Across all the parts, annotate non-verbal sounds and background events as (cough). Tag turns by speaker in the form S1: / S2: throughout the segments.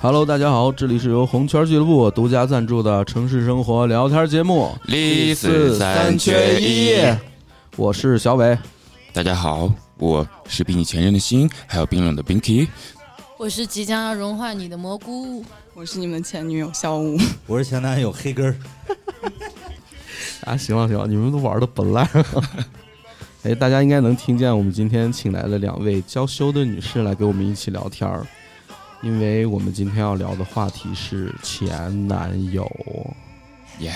S1: Hello，大家好，这里是由红圈俱乐部独家赞助的城市生活聊天节目《
S2: 历史三缺一》，
S1: 我是小伟。
S2: 大家好，我是比你前任的心，还有冰冷的 Binky。
S3: 我是即将要融化你的蘑菇。
S4: 我是你们前女友小五，
S5: 我是前男友黑根儿。
S1: 啊，行了行了，你们都玩的本烂。 (laughs) 哎，大家应该能听见我们今天请来了两位娇羞的女士来给我们一起聊天儿，因为我们今天要聊的话题是前男友。
S2: Yeah，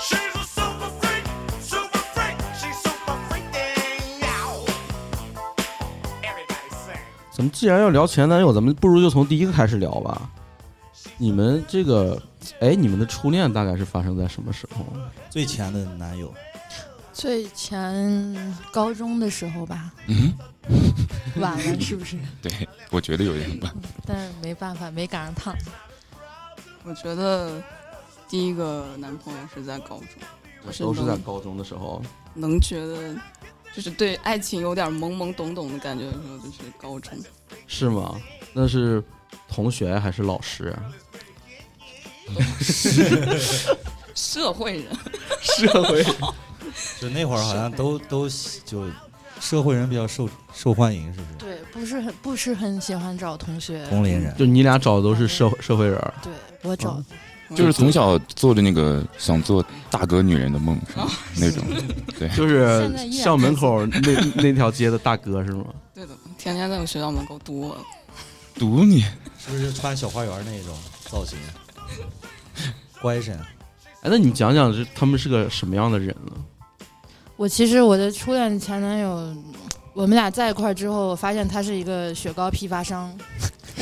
S6: She's a super freak, super freak, she's super freaking out. Everybody sing.
S1: 咱们既然要聊前男友，咱们不如就从第一个开始聊吧。你们这个，哎，你们的初恋大概是发生在什么时候？
S5: 最前的男友，
S3: 最前高中的时候 (laughs) 吧，
S2: 嗯，
S3: 晚了是不是？
S2: 对，我觉得有点吧。
S3: 但是没办法，没赶上趟。
S4: (laughs) 我觉得第一个男朋友是在高中，我是
S1: 都是在
S4: 能
S1: 高中的时候。
S4: 能觉得就是对爱情有点懵懵懂懂的感觉的时候，就是高中。
S1: 是吗？那是同学还是老师啊？
S4: 社会人，
S5: 就那会儿好像都都就社会人比较受受欢迎，是不是？
S3: 对，不是很不是很喜欢找同学。
S5: 同龄人
S1: 就你俩找的都是社会社会人儿，
S3: 对我找、
S1: 嗯
S2: 就是从小做的那个想做大哥女人的梦，是吧那种。
S1: 就是
S3: 现在依然
S1: 校门口那那 (laughs) 条街的大哥是吗？
S4: 对的，天天在我学校门口堵我。
S2: 堵你，
S5: 是不是穿小花园那种造
S1: (laughs)
S5: 型？乖神，
S1: 哎，那你讲讲这他们是个什么样的人呢？
S3: 我其实我的初恋前男友，我们俩在一块儿之后，我发现他是一个雪糕批发商，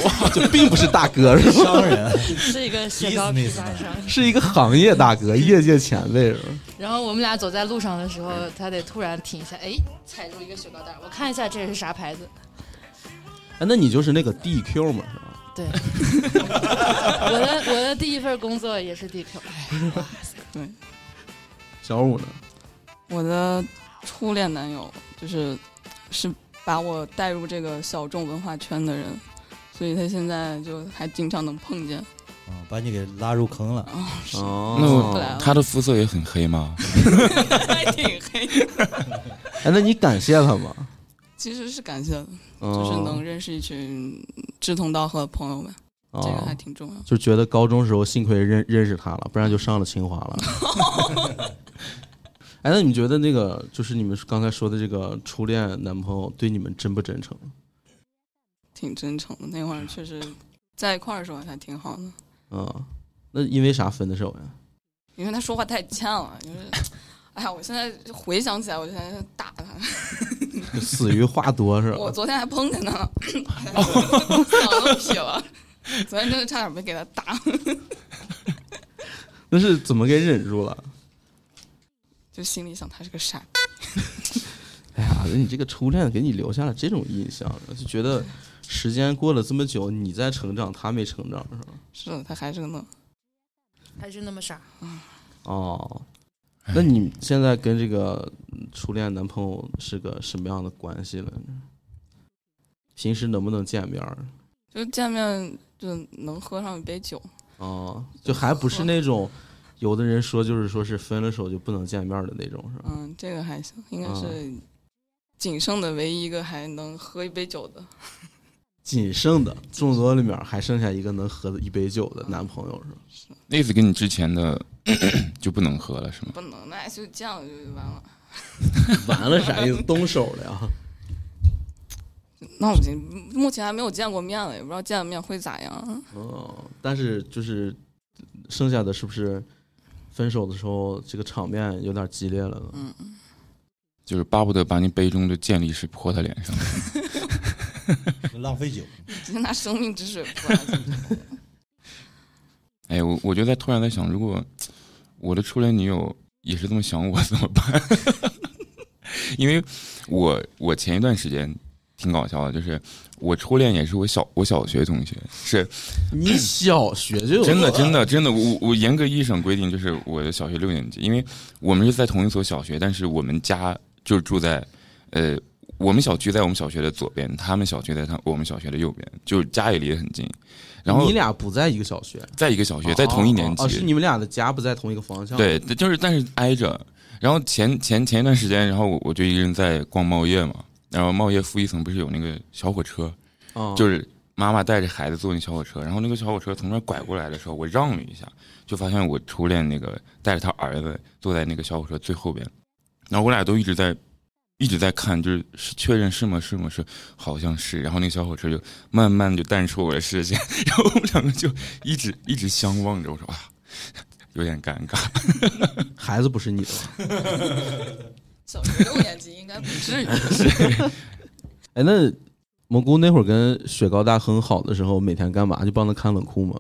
S1: 哇， (laughs) 就并不是大哥是吧？
S5: 商人，
S3: 是一个雪糕批发商。
S1: 是一个行业大哥，业界前辈是吧？
S3: 然后我们俩走在路上的时候，他得突然停一下，哎，踩住一个雪糕袋儿，我看一下这是啥牌子。
S1: 哎，那你就是那个 DQ 嘛是吧？
S3: 对，我的我的第一份工作也是哎 DQ，
S1: 小五呢？
S4: 我的初恋男友就是是把我带入这个小众文化圈的人，所以他现在就还经常能碰见。
S5: 嗯，把你给拉入坑了。
S4: 哦，是
S2: 那
S4: 不来
S1: 哦，
S4: 了
S2: 她的肤色也很黑吗？
S4: (laughs) 还挺黑。
S1: 哎，那你感谢他吗？
S4: 其实是感谢的，
S1: 就
S2: 哦
S4: 就是能认识一群志同道合的朋友吧，
S1: 哦
S4: 这
S2: 哦
S4: 个还挺重要。
S1: 就觉得高中时候幸亏认认识他了，不然就上了清华了。 (laughs) 哎，那你们觉得那个就是你们刚才说的这个初恋男朋友对你们真不真诚？
S4: 挺真诚的。那会儿确实在一块儿的时候还挺好的，
S1: 嗯，那因为啥分的手呀？
S4: 因为他说话太欠了，就是，哎呀，我现在回想起来，我就想打他。
S1: 就死于话多是
S4: (laughs) 我
S1: 吧？
S4: 昨天还碰他呢，嗓子劈了，昨天真的差点没给他打，
S1: (laughs) 那是怎么给忍住了？
S4: 就心里想他是个傻。
S1: 哎呀，那你这个初恋给你留下了这种印象，就觉得时间过了这么久，你在成长，他没成长是吧？
S4: 是的，他还是个那，
S3: 还是那么傻。
S1: 哦，(laughs)
S2: 哎
S1: 那你现在跟这个嗯初恋男朋友是个什么样的关系了？平时能不能见面儿？
S4: 就见面就能喝上一杯酒，
S1: 哦，就还不是那 (laughs) 种有的人说就是说是分了手就不能见面儿的那种，是吧？
S4: 嗯，这个还行，应该是仅剩的唯一一个还能喝一杯酒的。
S1: 仅剩的众多里面还剩下一个能喝一杯酒的男朋友，是吧？
S2: 那次跟你之前的 (coughs) 就不能喝了是吗？
S4: 不能，那就这样就完了。
S1: (laughs) 完了啥意思？动手了呀？ (laughs)
S4: 那不行，目前还没有见过面了，也不知道见了面会咋样。 (laughs)
S1: 哦，但是就是剩下的是不是分手的时候这个场面有点激烈了呢？
S4: 嗯，
S2: 就是巴不得把你杯中的健力士泼他脸上。
S5: 浪费酒，
S4: 直接拿生命之水泼他。
S2: 哎，我我就在突然在想，如果我的初恋女友也是这么想我， (laughs) 怎么办？因为我我前一段时间挺搞笑的，就是我初恋也是我小我小学同学，是
S1: 你小学就有
S2: 真的真的真的，我我严格意义上规定就是我的小学六年级，因为我们是在同一所小学，但是我们家就住在呃我们小区在我们小学的左边，他们小区在他我们小学的右边，就是家也离得很近，然后
S1: 你俩不在一个小学，
S2: 在一个小学，在同一年
S1: 哦哦哦是
S2: 级，
S1: 你们俩的家不在同一个方向。，
S2: 对，就是但是挨着。然后前前前一段时间，然后我我就一个人在逛茂业嘛，然后茂业负一层不是有那个小火车，
S1: 嗯、
S2: 就是妈妈带着孩子坐那小火车，然后那个小火车从那儿拐过来的时候，我让了一下，就发现我初恋那个带着他儿子坐在那个小火车最后边，然后我俩都一直在一直在看，就是是确认是吗？是吗？是，好像是。然后那个小火车就慢慢就淡出我的视线， (laughs) 然后我们两个就一直一直相望着。我说啊，有点尴尬。
S1: 孩子不是你的吧。
S4: 小学六年级应该不至于。
S1: (laughs) 哎，那蘑菇那会儿跟雪糕大亨好的时候，每天干嘛？就帮他看冷库吗？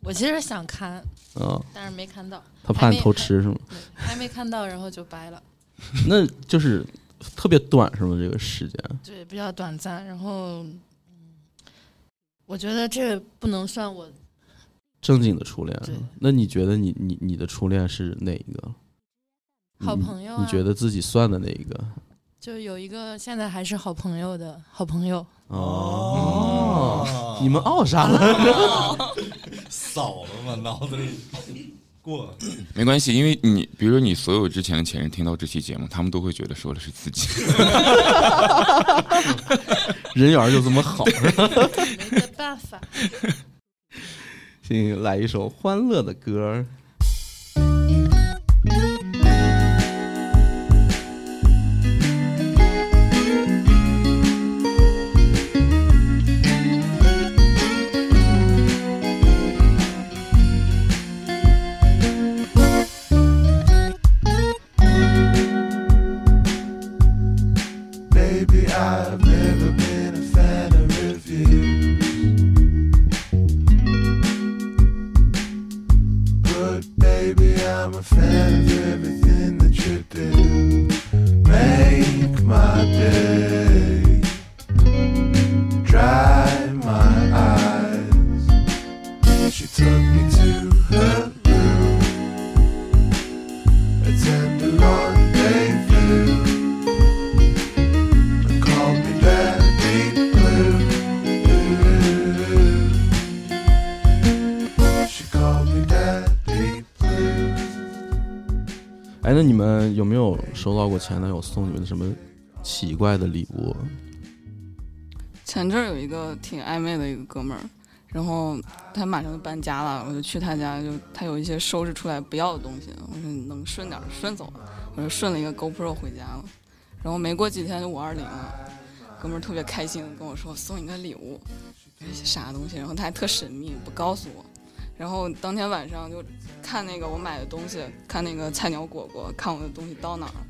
S3: 我其实想看，
S1: 啊，
S3: 但是没看到，
S1: 他怕你偷吃是吗？
S3: 对还没看到，然后就掰了。
S1: 那就是特别短是吗？这个时间
S3: 对，比较短暂。然后，嗯，我觉得这个不能算我
S1: 正经的初恋是吗
S3: 对
S1: 那你觉得你你你的初恋是哪一个？
S3: 好
S1: 你
S3: 朋友啊
S1: 你觉得自己算的哪一个？
S3: 就有一个现在还是好朋友的好朋友，
S1: 哦，啊你们傲啥了？ (laughs)
S5: 扫了吗？脑子里过
S2: 没关系，因为你比如说你所有之前的前任听到这期节目，他们都会觉得说的是自己。
S1: (laughs) 人缘就这么好？(laughs)
S3: (laughs) 没得办法。
S1: 行，来一首欢乐的歌儿。
S7: Baby, I've never been a fan of reviews. But baby, I'm a fan of everything that you do. Make my day. Dry my eyes. She took me to her room. A tender rendezvous call me Daddy Blue. She called me Daddy Blue.
S1: 哎，那你们有没有收到过前男友送你们的什么奇怪的礼物？
S4: 前阵儿有一个挺暧昧的一个哥们儿，然后他马上就搬家了，我就去他家，就他有一些收拾出来不要的东西，我说你能顺点儿顺走吧，我就顺了一个 GoPro 回家了，然后没过几天就五二零了，哥们儿特别开心的跟我说送你个礼物，那些啥东西，然后他还特神秘不告诉我，然后当天晚上就看那个我买的东西，看那个菜鸟果果，看我的东西到哪儿了。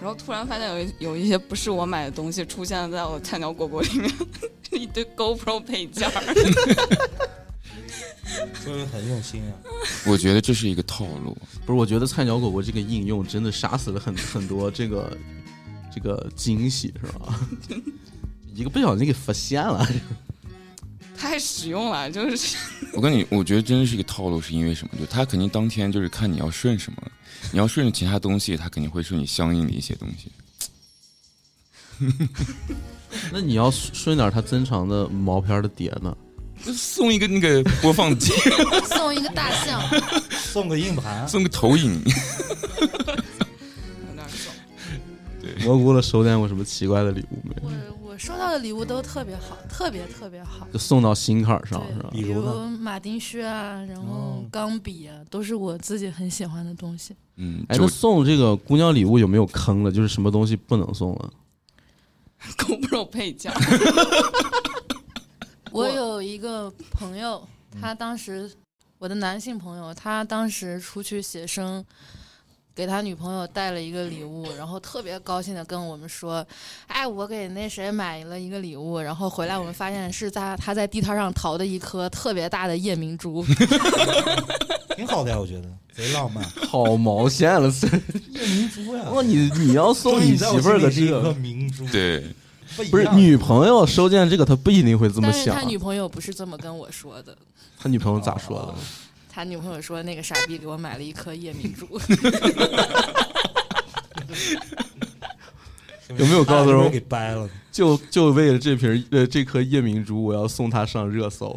S4: 然后突然发现有一有一些不是我买的东西出现在我的菜鸟果果里面， (laughs) 一堆 GoPro 配件儿， (laughs)
S5: 说明很用心啊。
S2: 我觉得这是一个套路。
S1: 不是，我觉得菜鸟狗狗这个应用真的杀死了很很多这个这个惊喜，是吧？ (laughs) 一个不小心给发现了， (laughs)
S4: 太实用了，就是
S2: 我跟你，我觉得真的是一个套路，是因为什么？就他肯定当天就是看你要顺什么，你要顺其他东西，他肯定会顺你相应的一些东
S1: (laughs)
S2: 西。
S1: 那你要顺点他珍藏的毛片的碟呢？
S2: 送一个那个播放
S1: (laughs)
S2: 机，
S3: (laughs) 送一个大象，
S5: 送个硬盘，
S2: 送个投影，
S4: 有点怂。
S1: 蘑菇了收见过什么奇怪的礼物没有？
S3: 我我收到的礼物都特别好，特别特别好。
S1: 就送到心坎儿上，
S3: 对
S1: 是吧
S5: 比？
S3: 比
S5: 如呢
S3: 如马丁靴啊，然后
S5: 哦
S3: 钢笔啊，都是我自己很喜欢的东西。
S2: 嗯，
S1: 哎，
S2: 就
S1: 那送这个姑娘礼物有没有坑了？就是什么东西不能送了？
S4: (laughs)
S1: (laughs)
S4: GoPro 配件儿，
S2: (laughs)
S3: 我
S4: 我
S3: 有一个朋友，他当时我的男性朋友，他当时出去写生，给他女朋友带了一个礼物，然后特别高兴的跟我们说：“哎，我给那谁买了一个礼物。”然后回来我们发现是在他在地摊上淘的一颗特别大的夜明珠，
S5: 挺好的呀，我觉得贼浪漫。
S1: 好毛线了！是
S5: 夜明珠呀
S1: (laughs) 哇，你你要
S5: 终
S1: 送
S5: 于
S1: 你
S5: 啊在
S1: 媳
S5: 我
S1: 妇儿
S5: 心 (laughs)
S1: 的
S5: 里是
S1: 这
S5: 一颗
S1: 个，
S5: 明珠。
S2: 对，
S1: 不是女朋友收件这个，他不一定会这么
S3: 但是
S1: 想。
S3: 他女朋友不是这么跟我说的，
S1: 他女朋友咋说的？
S3: 他女朋友说那个傻逼给我买了一颗夜明珠，
S1: 有没有告诉我
S5: 给掰了？
S1: 就就为了这瓶呃这颗夜明珠，我要送他上热搜。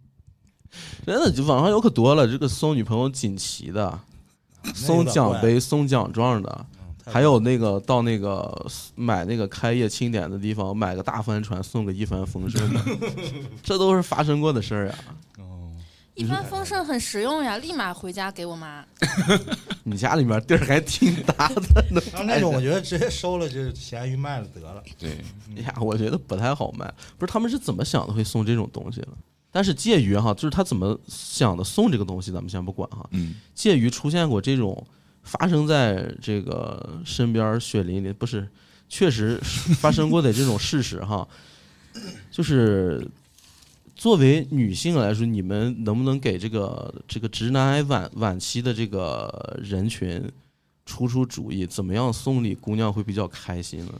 S1: (laughs) 真的，就网上有可多了，这个送女朋友锦旗的，送奖杯、送奖状的，还有那个到那个买那个开业庆典的地方买个大帆船送个一帆风顺的，这都是发生过的事儿呀。啊
S3: 一帆风顺很实用呀，立马回家给我妈。
S1: 你家里面地儿还挺大的呢，
S8: 然后那种我觉得直接收了就闲鱼卖了得了。
S2: 对，
S1: 哎呀，我觉得不太好卖。不是他们是怎么想的会送这种东西了？但是介于哈，就是他怎么想的送这个东西，咱们先不管哈。
S2: 嗯，
S1: 介于出现过这种发生在这个身边血淋淋，不是确实是发生过的这种事实哈，就是作为女性来说，你们能不能给这个这个直男癌晚晚期的这个人群出出主意，怎么样送礼姑娘会比较开心呢？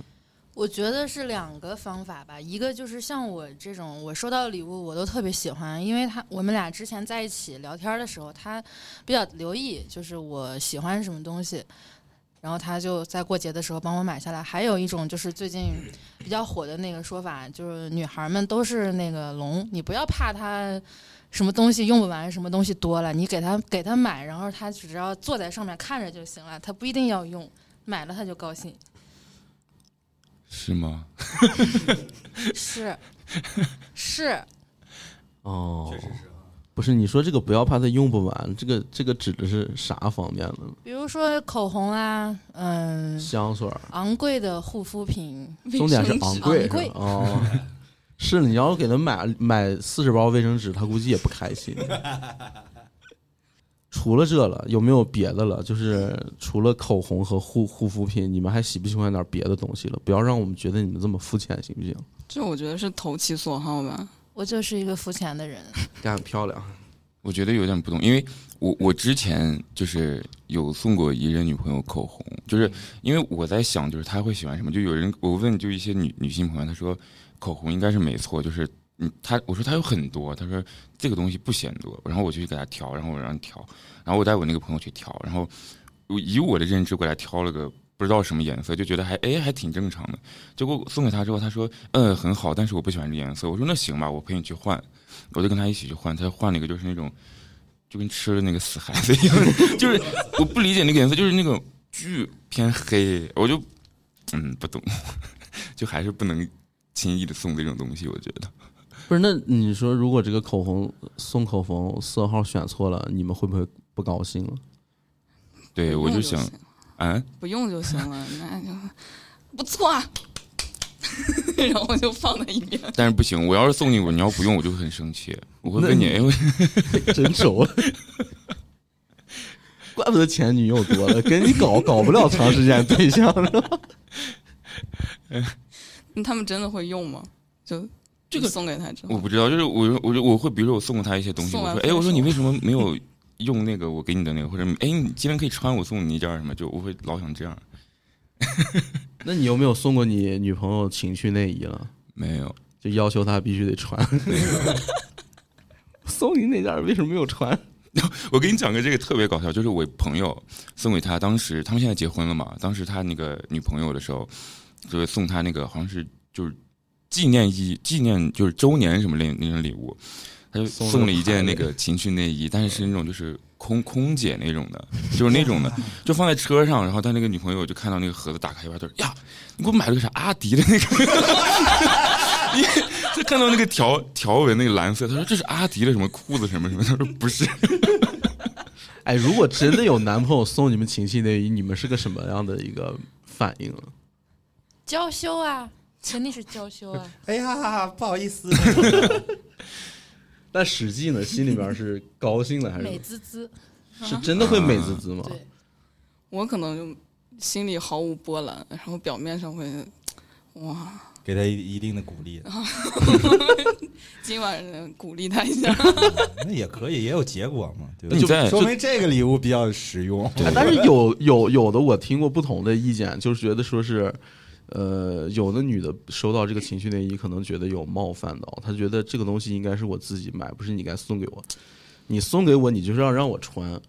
S3: 我觉得是两个方法吧，一个就是像我这种，我收到礼物我都特别喜欢，因为他我们俩之前在一起聊天的时候，他比较留意就是我喜欢什么东西，然后他就在过节的时候帮我买下来。还有一种就是最近比较火的那个说法，就是女孩们都是那个龙，你不要怕她什么东西用不完，什么东西多了，你给她给她买，然后她只要坐在上面看着就行了，她不一定要用，买了她就高兴。
S2: 是吗？
S3: 是是，
S1: 哦，不是，你说这个不要怕它用不完，这个这个指的是啥方面呢？
S3: 比如说口红啊，嗯，
S1: 香水儿。
S3: 昂贵的护肤品，
S1: 重点是昂贵，
S3: 昂贵
S1: 是吧哦。 (laughs) 是你要给他买买四十包卫生纸，他估计也不开 (laughs) 心。除了这了，有没有别的了？就是除了口红和护护肤品，你们还喜不喜欢点别的东西了？不要让我们觉得你们这么肤浅，行不行？
S4: 这我觉得是投其所好吧。
S3: 我就是一个肤浅的人。
S1: 干漂亮，
S2: 我觉得有点不懂，因为我我之前就是有送过一任女朋友口红，就是因为我在想，就是她会喜欢什么。就有人我问，就一些女女性朋友，她说口红应该是没错，就是嗯，她我说她有很多，她说这个东西不嫌多，然后我就去给她挑，然后我让她挑，然后我带我那个朋友去挑，然后我以我的认知过来挑了个不知道什么颜色，就觉得还哎还挺正常的。结果送给她之后，她说嗯很好，但是我不喜欢这颜色。我说那行吧，我陪你去换，我就跟她一起去换，她换了一个就是那种。就跟吃了那个死孩子一样， (laughs) 就是我不理解那个颜色，就是那种巨偏黑，我就嗯不懂， (laughs) 就还是不能轻易的送这种东西，我觉得
S1: 不是？那你说，如果这个口红送口红色号选错了，你们会不会不高兴了？
S2: 对
S4: 不
S2: 我
S4: 用
S2: 就
S4: 就
S2: 想
S4: 行
S2: 啊，
S4: 不用就行了，那就不错啊。 (laughs) 然后我就放在一边，
S2: 但是不行，我要是送你，我你要不用，我就会很生气，我会
S1: 那
S2: 问你，
S1: 你
S2: 哎，我
S1: (laughs) 真轴，怪不得前女友多了，跟你搞搞不了长时间对象是吧？ (laughs)
S4: 那他们真的会用吗？就这个送给他之
S2: 我
S4: 后，
S2: 不知道，就是我我就我会，比如说我送过他一些东西，
S4: 送
S2: 我
S4: 完
S2: 说，
S4: 分
S2: 哎，我说
S4: 手
S2: 你为什么没有用那个我给你的那个，或者哎，你今天可以穿我送你一件儿什么，就我会老想这样，
S1: 那你有没有送过你女朋友情趣内衣了？
S2: 没有，
S1: 就要求她必须得穿。 (laughs) 送你那件儿为什么没有穿？
S2: 我给你讲个这个特别搞笑，就是我朋友送给他，当时他们现在结婚了嘛，当时他那个女朋友的时候，就是送他那个好像是就是纪念衣、纪念就是周年什么那那种礼物，他就
S1: 送了
S2: 送了一件
S1: 个
S2: 那个情趣内衣，但是是那种就是空空姐那种的，就是那
S1: (laughs)
S2: 种的，就放在车上，然后他那个女朋友就看到那个盒子打开一半，他说呀，你给我买了个啥阿迪的那个。 (laughs) 因为他看到那个条条纹那个蓝色，他说这是阿迪的什么裤子什么什么，他说不是，
S1: (laughs) 哎，如果真的有男朋友送你们情趣内衣，你们是个什么样的一个反应啊？
S3: 娇羞啊，肯定是娇羞啊。
S8: 哎呀，不好意思，
S1: (laughs) 但实际呢，心里边是高兴的还
S3: 美
S1: 是
S3: 滋滋，
S1: 是真的会美滋滋吗？
S3: 对，
S4: 我可能就心里毫无波澜，然后表面上会，哇，
S5: (laughs) 给他一一定的鼓励，
S8: 哦
S4: 今晚呃鼓励他一
S2: (laughs)
S4: 下。
S5: 那也可以，也有结果嘛，对吧
S2: 你？在
S5: 说明这个礼物比较实用。啊
S1: 哎但是有有有的我听过不同的意见，就是觉得说是呃，有的女的收到这个情趣内衣，可能觉得有冒犯到，她觉得这个东西应该是我自己买，不是你该送给我。你送给我，你就是要让我穿，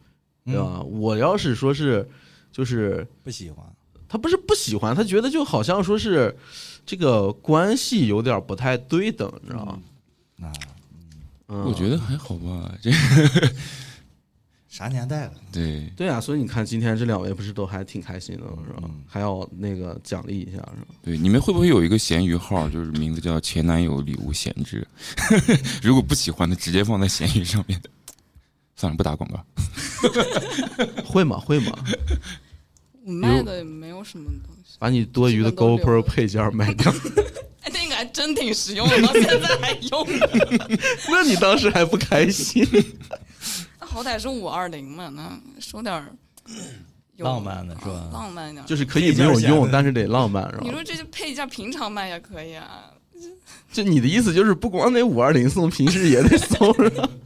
S1: 对吧？我要是说是，就是
S5: 不喜欢。
S1: 他不是不喜欢，他觉得就好像说是这个关系有点不太对等，你知道吗？
S5: 那
S1: 嗯，
S2: 我觉得还好吧，这
S5: 啥年代了？
S2: 对
S1: 对啊，所以你看今天这两位不是都还挺开心的，是吧？还要那个奖励一下，是吧？
S2: 对，你们会不会有一个闲鱼号，就是名字叫“前男友礼物闲置”？ (laughs) 如果不喜欢的，直接放在闲鱼上面。算了，不打广告。
S1: 会吗？会吗？
S4: 我卖的也没有什么东西，
S1: 把你多余的
S4: 基本都
S1: GoPro
S4: 留着
S1: 配件卖
S4: (laughs)
S1: 掉，
S4: 哎，那个还真挺实用的，到现在还用呢。
S1: 那你当时还不开
S4: (laughs)
S1: 心？
S4: 那好歹是五二零嘛，那收点
S5: (clears throat)
S4: 儿有
S5: 浪漫的是吧
S4: 啊浪漫一点儿。
S1: 就是可以没有用，但是得浪漫，是
S4: 你
S1: 吧？
S4: 说这些配件平常卖也可以啊，
S1: 就你的意思就是不光得五二零送，平时也得送，是吧？ (laughs)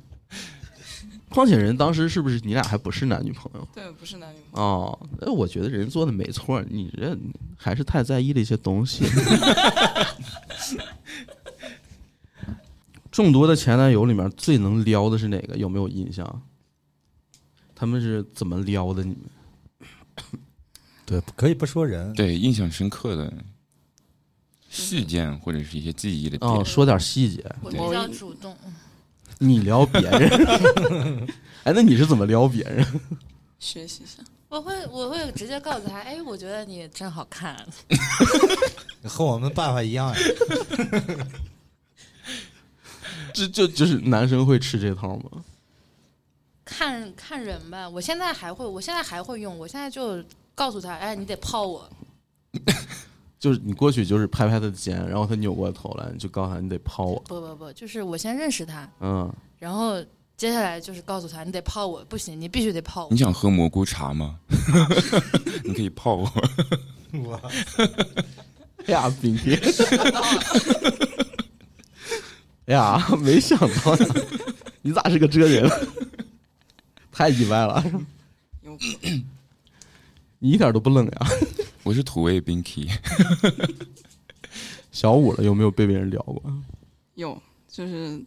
S1: 况且人当时是不是你俩还不是男女朋友？
S4: 对，不是男女朋友。
S1: 哦，那我觉得人做的没错儿，你这还是太在意了一些东
S4: (laughs)
S1: 西。众多的前男友里面，最能撩的是哪个？有没有印象？他们是怎么撩的？你们
S5: 对，可以不说人，
S2: 对，印象深刻的事件或者是一些记忆的点，
S1: 哦，说点细节。
S3: 我比
S4: 对
S3: 较主动，
S1: 你撩别人， (laughs) 哎，那你是怎么撩别人？
S4: 学习一下，
S3: 我会我会直接告诉他，哎，我觉得你真好看，
S5: 和我们办法
S1: (laughs)
S5: 一样呀。
S1: 这 (laughs) 就就是男生会吃这套吗？
S3: 看看人吧。我现在还会，我现在还会用，我现在就告诉他，哎，你得泡我，
S1: 就是你过去就是拍拍他的肩，然后他扭过头来，你就告诉他你得抛我。
S3: 不不不，就是我先认识他，
S1: 嗯，
S3: 然后接下来就是告诉他，你得泡我，不行，你必须得
S2: (laughs)
S3: 泡我
S2: 你。想喝蘑菇茶吗？ (laughs) 你可以泡我。
S1: 哎呀，饼 (laughs) 爹，哎呀，没想到呀，你咋是个这人？太意外了，
S4: 有
S1: 你一点都不冷呀。
S2: 我是土味冰淇，
S1: 小五了，有没有被别人撩过？
S4: 有，就是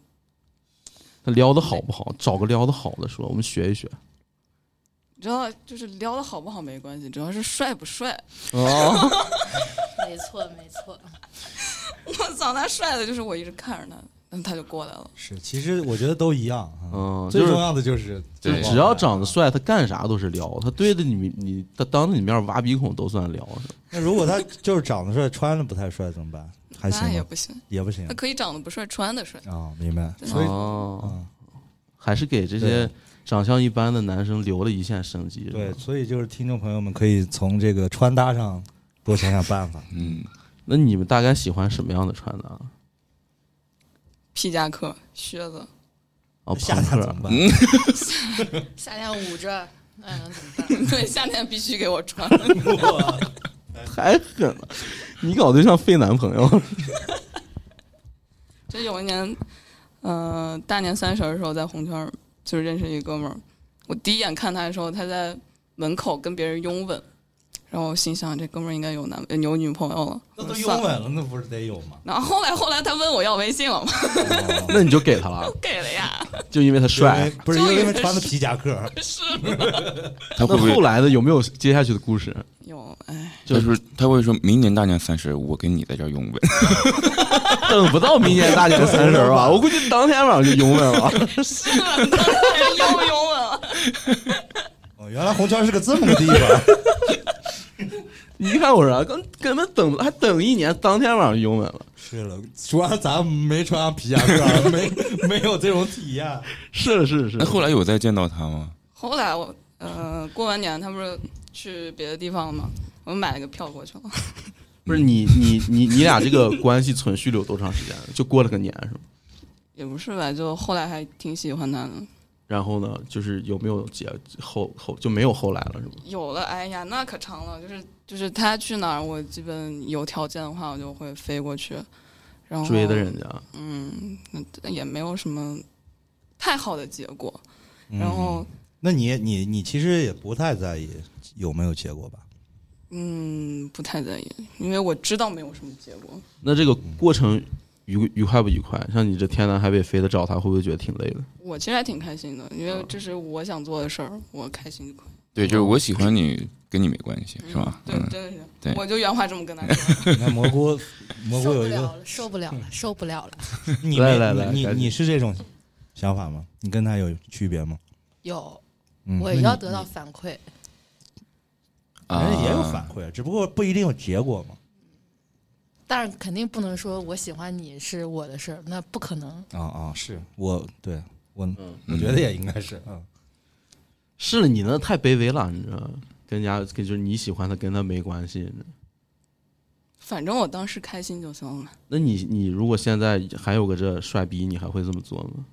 S1: 他撩的好不好？找个撩的好的说，我们学一学。
S4: 你知道，就是撩的好不好没关系，主要是帅不帅。 (laughs)
S1: 哦，
S3: 没错没错，
S4: 我操，他帅的就是我一直看着他，那他就过来了。
S5: 是，其实我觉得都一样。啊
S1: 嗯
S5: 最
S1: 就是
S5: 重要的就是，
S2: 对
S1: 只要长得帅，他干啥都是撩。他对着你，你他当着你面挖鼻孔都算撩。是吧
S5: 那如果他就是长得帅，穿的不太帅怎么办？还行
S4: 那也
S5: 吗？
S4: 不行，
S5: 也不行
S4: 他可以长得不帅，穿的帅。
S5: 啊，明白。所以
S1: 哦，
S5: 啊，
S1: 还是给这些
S5: 对
S1: 长相一般的男生留了一线生机。是吧
S5: 对，所以就是听众朋友们可以从这个穿搭上多想想办法。
S2: 嗯，
S1: 那你们大概喜欢什么样的穿搭？
S4: 皮夹克、靴
S5: (laughs)
S4: 子，
S1: 哦，
S5: 夏
S1: 朋
S5: 天
S1: 克
S5: 怎么办？
S3: 夏天捂着，那能怎么办？
S4: 对，夏天必须给我穿。
S1: (laughs) 太狠了！你搞对象费男朋友， (laughs)
S4: 就有一年，呃，大年三十的时候在红圈儿就认识一哥们儿，我第一眼看他的时候，他在门口跟别人拥吻，然后我心想这哥们儿应该有男呃有女朋友了，
S5: 那
S4: 我
S5: 都
S4: 说算
S5: 拥
S4: 了。
S5: 吻了，那不是得有吗？
S4: 然后后来后来他问我要微信了，我
S1: 那你就给他了，
S4: 给了呀，
S1: 就因为他 (laughs) 帅。，
S5: 不是因
S4: 终于
S5: 为
S4: 是
S5: 穿的皮夹克， (laughs)
S4: 是
S2: 他
S1: 那
S2: 会不
S1: 后
S2: 会？
S1: 来的有没有接下去的故事？
S4: 有哎，
S2: 他说他会说明年大年三十，我跟你在这儿拥吻。
S1: (laughs) 等不到明年大年三十吧，我估计当天晚上就拥吻了。 (laughs)
S4: 是啊了，又拥吻了，
S5: 哦原来红圈是个这么个地 (laughs) 方。
S1: 你看我说，根根本等还等一年，当天晚上就拥吻了。
S5: 是了，主要咱没穿上皮夹克， (laughs) 没没有这种体验。
S1: 是是是
S2: 那，后来有再见到他吗？
S4: (laughs) 后来我呃过完年他不是去别的地方了吗？我们买了个票过去了，
S1: 不是你你你你俩这个关系存续了有多长时间？就过了个年是吗？
S4: 也不是吧，就后来还挺喜欢他的。
S1: 然后呢，就是有没有结后后就没有后来了是吗？
S4: 有了，哎呀，那可长了，就是就是他去哪儿，我基本有条件的话，我就会飞过去，然后
S1: 追的，人家，
S4: 嗯，那也没有什么太好的结果，然后
S1: 嗯
S5: (laughs) 那你你你其实也不太在意有没有结果吧？
S4: 嗯，不太在意，因为我知道没有什么结果。
S1: 那这个过程愉愉快不愉快？像你这天南海北飞的找他，会不会觉得挺累的？
S4: 我其实还挺开心的，因为这是我想做的事儿，我开心就可以。
S2: 对，就是我喜欢你，跟你没关系，是吧？
S4: 对，
S2: 嗯，
S4: 真的
S2: 对
S4: 是，我就原话这么跟他
S1: (laughs)
S4: 说。
S5: 你看蘑菇，蘑菇
S3: 受不
S5: 有一
S3: 了
S5: 个，
S3: 了，受不了了，受不了了。
S5: 你
S1: 来
S5: 没
S1: 来来
S5: 你
S1: 赶紧
S5: 你是这种想法吗？你跟他有区别吗？
S3: 有，
S5: 嗯，
S3: 我
S5: 那
S3: 也
S5: 你
S3: 要得到反馈。
S2: 啊，
S5: 人家也有反馈，只不过不一定有结果嘛。
S3: 但是肯定不能说我喜欢你是我的事儿，那不可能。
S5: 啊啊，是我对我我
S2: 嗯
S5: 觉得也应该是啊。
S1: 是了，你那太卑微了，你知道吗？跟人家跟就是你喜欢他，跟他没关系。
S4: 反正我当时开心就行了，
S1: 那你你如果现在还有个这帅逼，你还会这么做吗？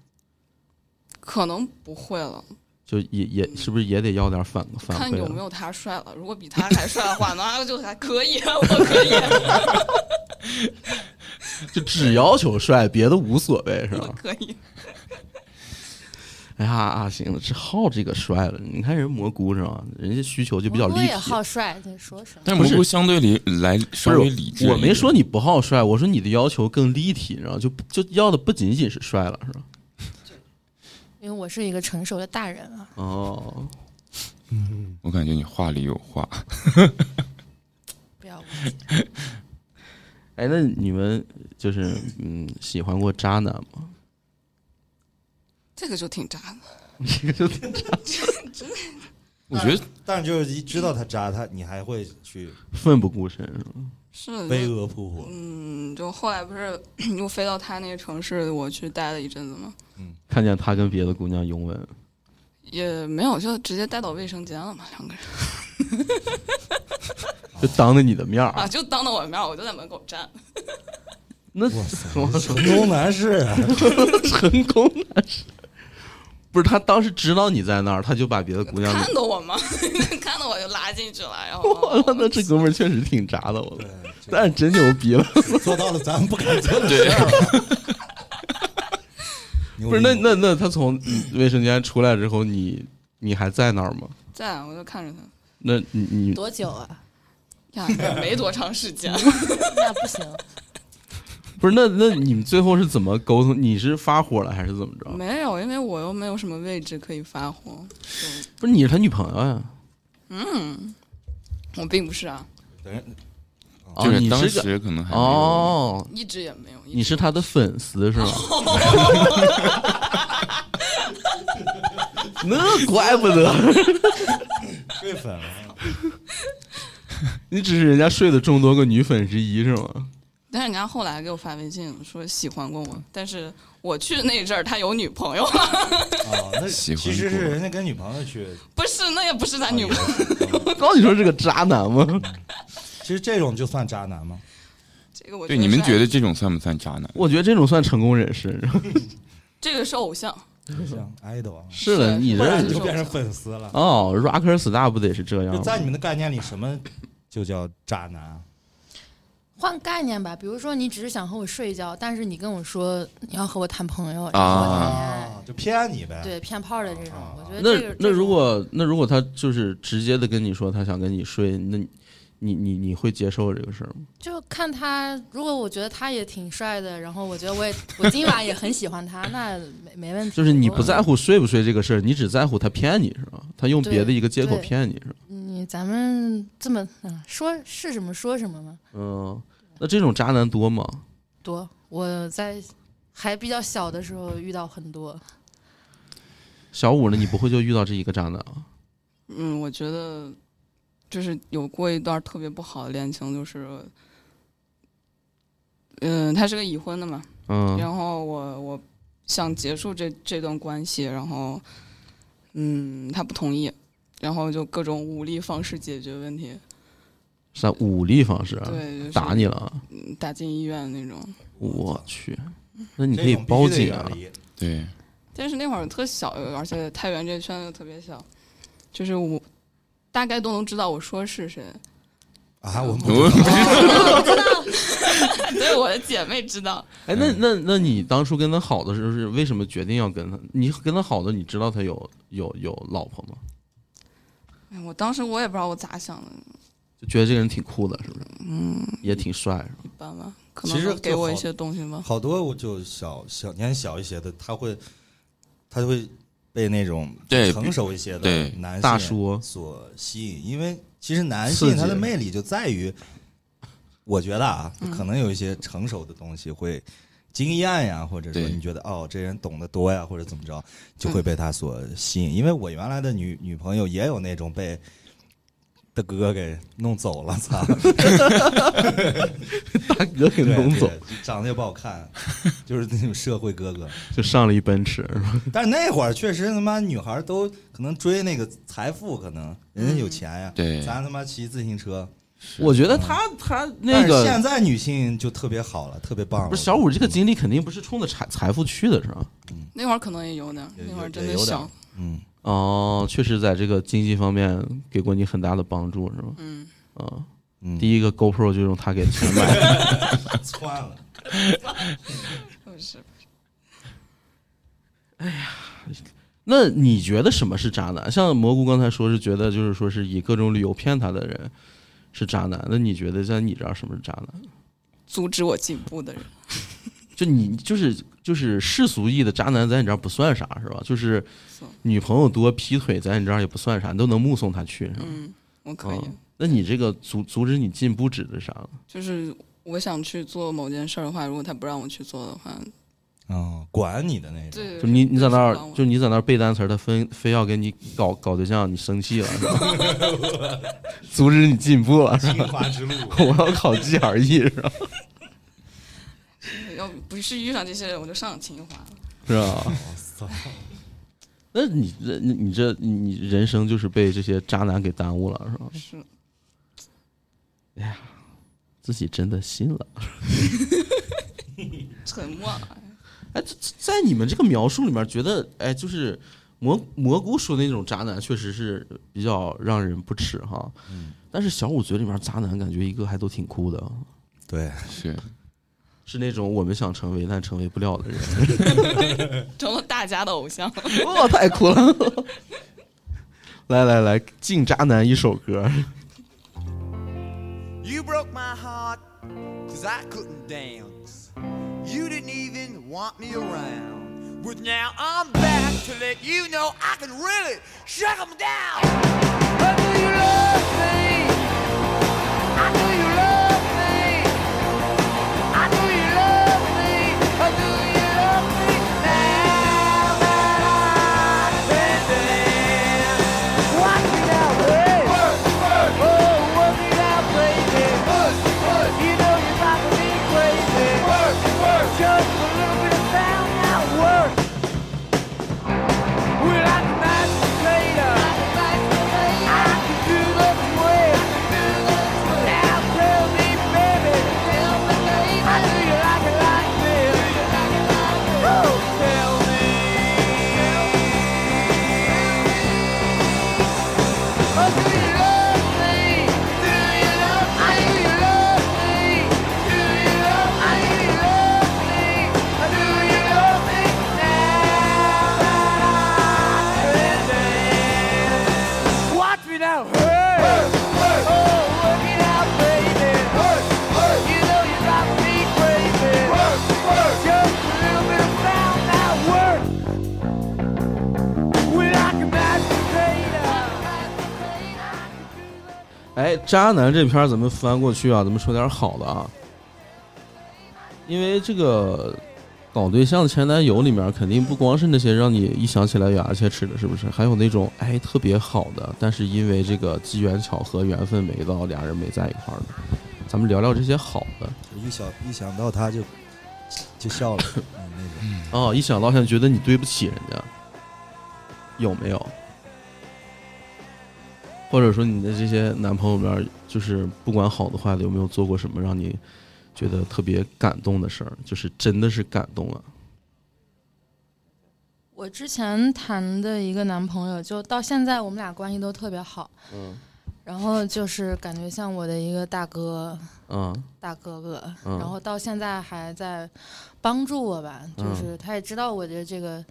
S4: 可能不会了，
S1: 就也也是不是也得要点反反
S4: 看
S1: 馈、啊？
S4: 有没有他帅了。如果比他还帅的
S1: (laughs)
S4: 话，那就还可以，啊我可以，
S1: 就只要求帅，别的无所谓，是
S4: 我
S1: 吧？
S4: (laughs) 可以。
S1: 哎呀啊，行了，这好这个帅了。你看人蘑菇是吧？人家需求就比较
S3: 我
S1: 立
S3: 也
S1: 体。
S3: 好帅，你说什么？
S2: 但
S1: 不
S2: 蘑
S1: 是
S2: 菇相对理来稍微理
S1: 不
S2: 智
S1: 是，
S2: 一点，
S1: 我没说你不好帅，我说你的要求更立体，然后就不就要的不仅仅是帅了，是吧？
S3: 因为我是一个成熟的大人啊。
S1: 哦，
S2: 我感觉你话里有
S1: (laughs)
S2: 话。
S3: 不要忘记，
S5: (laughs)
S1: 哎，那你们就是嗯，喜欢过渣男吗？
S4: 这个就挺渣的，
S2: 我觉得
S5: 但是就是一知道他渣，他你还会去
S1: 奋不顾身是吧？
S4: 是
S5: 飞
S4: 就
S5: 蛾扑火。
S4: 嗯，就后来不是 (coughs) 又飞到他那个城市，我去待了一阵子嘛，
S1: 看见他跟别的姑娘拥吻，
S4: 也没有，就直接带到卫生间了嘛，两个人
S1: 就当着你的面儿、
S4: 啊，就当着我面，我就在门口站。
S1: 那
S5: 哇塞，
S1: 我操
S5: (laughs) 成功男士啊，
S1: 成功了是。不是他当时知道你在那儿，他就把别的姑娘
S4: 看到我吗？ (laughs) 看到我就拉进去了，然 (laughs) 后
S1: 我操，那这哥们儿确实挺渣的， (laughs) 我操！但是真牛逼了，
S5: 做到了咱们不敢做的事儿。牛
S1: 不
S5: 逼
S1: 是？那那那他从卫生间出来之后，你你还在那儿吗？
S4: 在我就看着他
S1: 那你你
S3: 多久啊？
S4: 呀，也没多长时 (laughs) 间，
S3: 那不行，
S1: 不是那那你们最后是怎么沟通？你是发火了还是怎么着？
S4: 没有，因为我又没有什么位置可以发火，
S1: 不是你是他女朋友呀？
S4: 我并不是啊，
S1: 哦，
S2: 就是
S1: 你
S2: 当
S1: 是个
S2: 时可能还没有
S1: 哦，
S4: 一直也没有。一
S1: 你
S4: 直
S1: 是他的粉丝
S2: (laughs)
S1: 是吗？那怪不得 (laughs)
S5: 睡粉啊了，
S1: 你只是人家睡的众多个女粉之一是吗？
S4: 但是人家后来给我发微信说喜欢过我，但是我去那阵儿他有女朋友了，
S5: 啊，那
S2: 喜欢
S5: 其
S2: 过
S5: 实是人家跟女朋友去，
S4: 不是，那也不是他
S2: 啊
S4: 女朋友。
S1: (laughs) 我告诉你说是个渣男吗？
S5: 其实这种就算渣男吗？
S4: (laughs) 这个我
S2: 对，你们
S4: 是
S2: 觉得这种算不算渣男？
S1: 我觉得这种算成功人士。
S4: 这个是偶像，
S5: 不像 idol，
S1: 是嗯的，
S4: 是
S1: 你
S5: 不
S1: 这
S5: 然你就变成粉丝了。
S1: 哦，rocker star 不得是这样
S5: 就
S1: 吗？
S5: 在你们的概念里，什么就叫渣男啊？
S3: 换概念吧。比如说，你只是想和我睡一觉，但是你跟我说你要和我谈朋友，然后谈恋爱，
S5: 啊，就骗你呗。
S3: 对骗炮的这种，我觉得
S1: 那
S3: 这个
S1: 那如
S3: 这种
S1: 果那如果他就是直接的跟你说他想跟你睡，那你你你你会接受这个事儿吗？
S3: 就看他，如果我觉得他也挺帅的，然后我觉得我也我今晚也很喜欢他，那没没问题。
S1: 就是你不
S3: 我
S1: 在乎睡不睡这个事儿，你只在乎他骗你是吧？他用别的一个借口
S3: 对
S1: 骗你是吧？
S3: 你嗯咱们这么嗯说是什么说什么吗？
S1: 嗯，那这种渣男多吗？
S3: 多，我在还比较小的时候遇到很多，
S1: 小五呢？你不会就遇到这一个渣男啊？
S4: 嗯，我觉得就是有过一段特别不好的恋情，就是，嗯、他是个已婚的嘛，
S1: 嗯，
S4: 然后我我想结束这这段关系，然后，嗯，他不同意，然后就各种武力方式解决问题，
S1: 是啊武力方式啊，
S4: 对，就是、
S1: 打你了啊，
S4: 嗯，打进医院那种。
S1: 我去，那你
S5: 这
S1: 可以
S5: 种必
S1: 报
S5: 须得
S1: 警
S5: 远
S1: 啊。
S5: 离。
S2: 对，
S4: 但是那会儿特小，而且太原这圈子特别小，就是我大概都能知道我说是谁，
S5: 啊，
S1: (laughs)
S5: 我们不
S2: 我
S4: 对我的姐妹知道，
S1: 哎，那那那你当初跟他好的时候是为什么决定要跟他？你跟他好的，你知道他有有有老婆吗？
S4: 哎，我当时我也不知道我咋想的，
S1: 就觉得这个人挺酷的，是不是？
S4: 嗯，
S1: 也挺帅，是吧
S4: 一般吧，可
S5: 其实
S4: 能
S5: 就
S4: 给我一
S5: 好
S4: 些东西吧。
S5: 好多我就小小年纪小一些的，他会他会被那种
S2: 对
S5: 成熟一些的
S2: 对
S5: 男性
S1: 大叔
S5: 所吸引，因为其实男
S1: 刺
S5: 性
S1: 激
S5: 他的魅力就在于，我觉得啊，
S1: 嗯
S5: 可能有一些成熟的东西会惊艳呀，或者说
S2: 对
S5: 你觉得哦，这人懂得多呀，或者怎么着，就会被他所吸引。因为我原来的女女朋友也有那种被。的哥给弄走
S1: (laughs)
S5: 了，操！
S1: 大哥给
S5: 对
S1: 弄走，
S5: 对，长得也不好看，就是那种社会哥哥。
S1: 就上了一奔驰，是吧？
S5: 但是那会儿确实他妈女孩都可能追那个财富，可能人
S1: 嗯
S5: 家有钱呀。
S2: 对
S5: 咱他妈骑自行车。
S1: (laughs) 我觉得他
S5: 嗯
S1: 他那
S5: 但是
S1: 个
S5: 现在女性就特别好了，特别棒了。
S1: 不是小五这个经历肯定不是冲着财财富去的，是吧？
S4: 那会儿可能也有点儿，
S5: 嗯也
S4: 那会儿
S5: 也
S4: 真的
S5: 有点儿
S4: 小，
S5: 嗯，
S1: 哦，确实在这个经济方面给过你很大的帮助，是吗？
S4: 嗯，
S1: 啊，
S5: 嗯
S1: 第一个 GoPro 就用他给钱买的，
S5: 窜了。
S4: 就是
S1: 那你觉得什么是渣男？像蘑菇刚才说是觉得就是说是以各种理由骗他的人是渣男，那你觉得在你这儿什么是渣男？
S4: 阻止我进步的人。
S1: 就你就是就是世俗意义的渣男，在你这儿不算啥是吧？就是
S4: 算
S1: 女朋友多劈腿，在你这儿也不算啥，你都能目送他去是吧？
S4: 嗯，我可以，
S1: 嗯那你这个阻阻止你进步指的啥呢？
S4: 就是我想去做某件事儿的话，如果他不让我去做的话，
S5: 哦，管你的那种。
S4: 对，
S1: 就你你在那儿
S4: 管我
S1: 就你在那儿背单词儿，他非非要跟你搞搞对象，你生气了是吧？ (laughs) 阻止你进步了是吧？ (laughs)
S8: 清华之路，
S1: 我 (laughs) 要考 GRE 是吧？
S4: 要不是遇上这些人，我就上清华了。
S1: 是吧？ (laughs) 那你这你你这你人生就是被这些渣男给耽误了是吧？
S4: 是，
S1: 自己真的信了。
S4: 沉默了。
S1: 哎，这这在你们这个描述里面，觉得哎，就是蘑蘑菇说的那种渣男，确实是比较让人不齿哈。嗯但是小五嘴里面渣男，感觉一个还都挺酷的，
S5: 对，
S2: 是
S1: 是那种我们想成为但成为不了 (laughs) 的人。
S4: 成了大家的偶像。
S1: 哇，哦太酷了！ (laughs) 来来来，敬渣男一首歌。
S6: You broke my heart, cause I couldn't dance. You didn't even want me around. But now I'm back to let you know I can really shut 'em down. I knew you loved me. I knew you loved me. I knew you loved me. I knew you loved me. Now that I'm bending, watch me now, hey. Oh, work it out, baby. You know you're about to be crazy. Just a little bit of sound, now work. Well, I can later. I can do this well. Now tell me, baby. I do you like it like this? Oh, tell me. Oh, do you love me? Do you love me? I do you love me? Do you love me? I do you love me? I do you love me? Now that I'm bending. Watch me now. Hey. Oh, work it out, baby. You know you drive me crazy. Just a little bit of sound now work. Well, I can masturbate.
S1: 哎，渣男这篇儿咱们翻过去啊，咱们说点好的啊。因为这个搞对象的前男友里面，肯定不光是那些让你一想起来咬牙切齿的，是不是？还有那种哎特别好的，但是因为这个机缘巧合、缘分没到，俩人没在一块儿的。咱们聊聊这些好的
S5: 就一想一想到他就就笑
S1: (laughs)
S5: 了，嗯，那种。
S1: 哦。一想到现在，觉得你对不起人家，有没有？或者说你的这些男朋友里面，就是不管好的坏的，有没有做过什么让你觉得特别感动的事儿？就是真的是感动啊！
S3: 我之前谈的一个男朋友，就到现在我们俩关系都特别好。
S1: 嗯。
S3: 然后就是感觉像我的一个大哥、
S1: 嗯
S3: 大哥哥，
S1: 嗯
S3: 然后到现在还在帮助我吧，就
S1: 嗯
S3: 是他也知道我的这个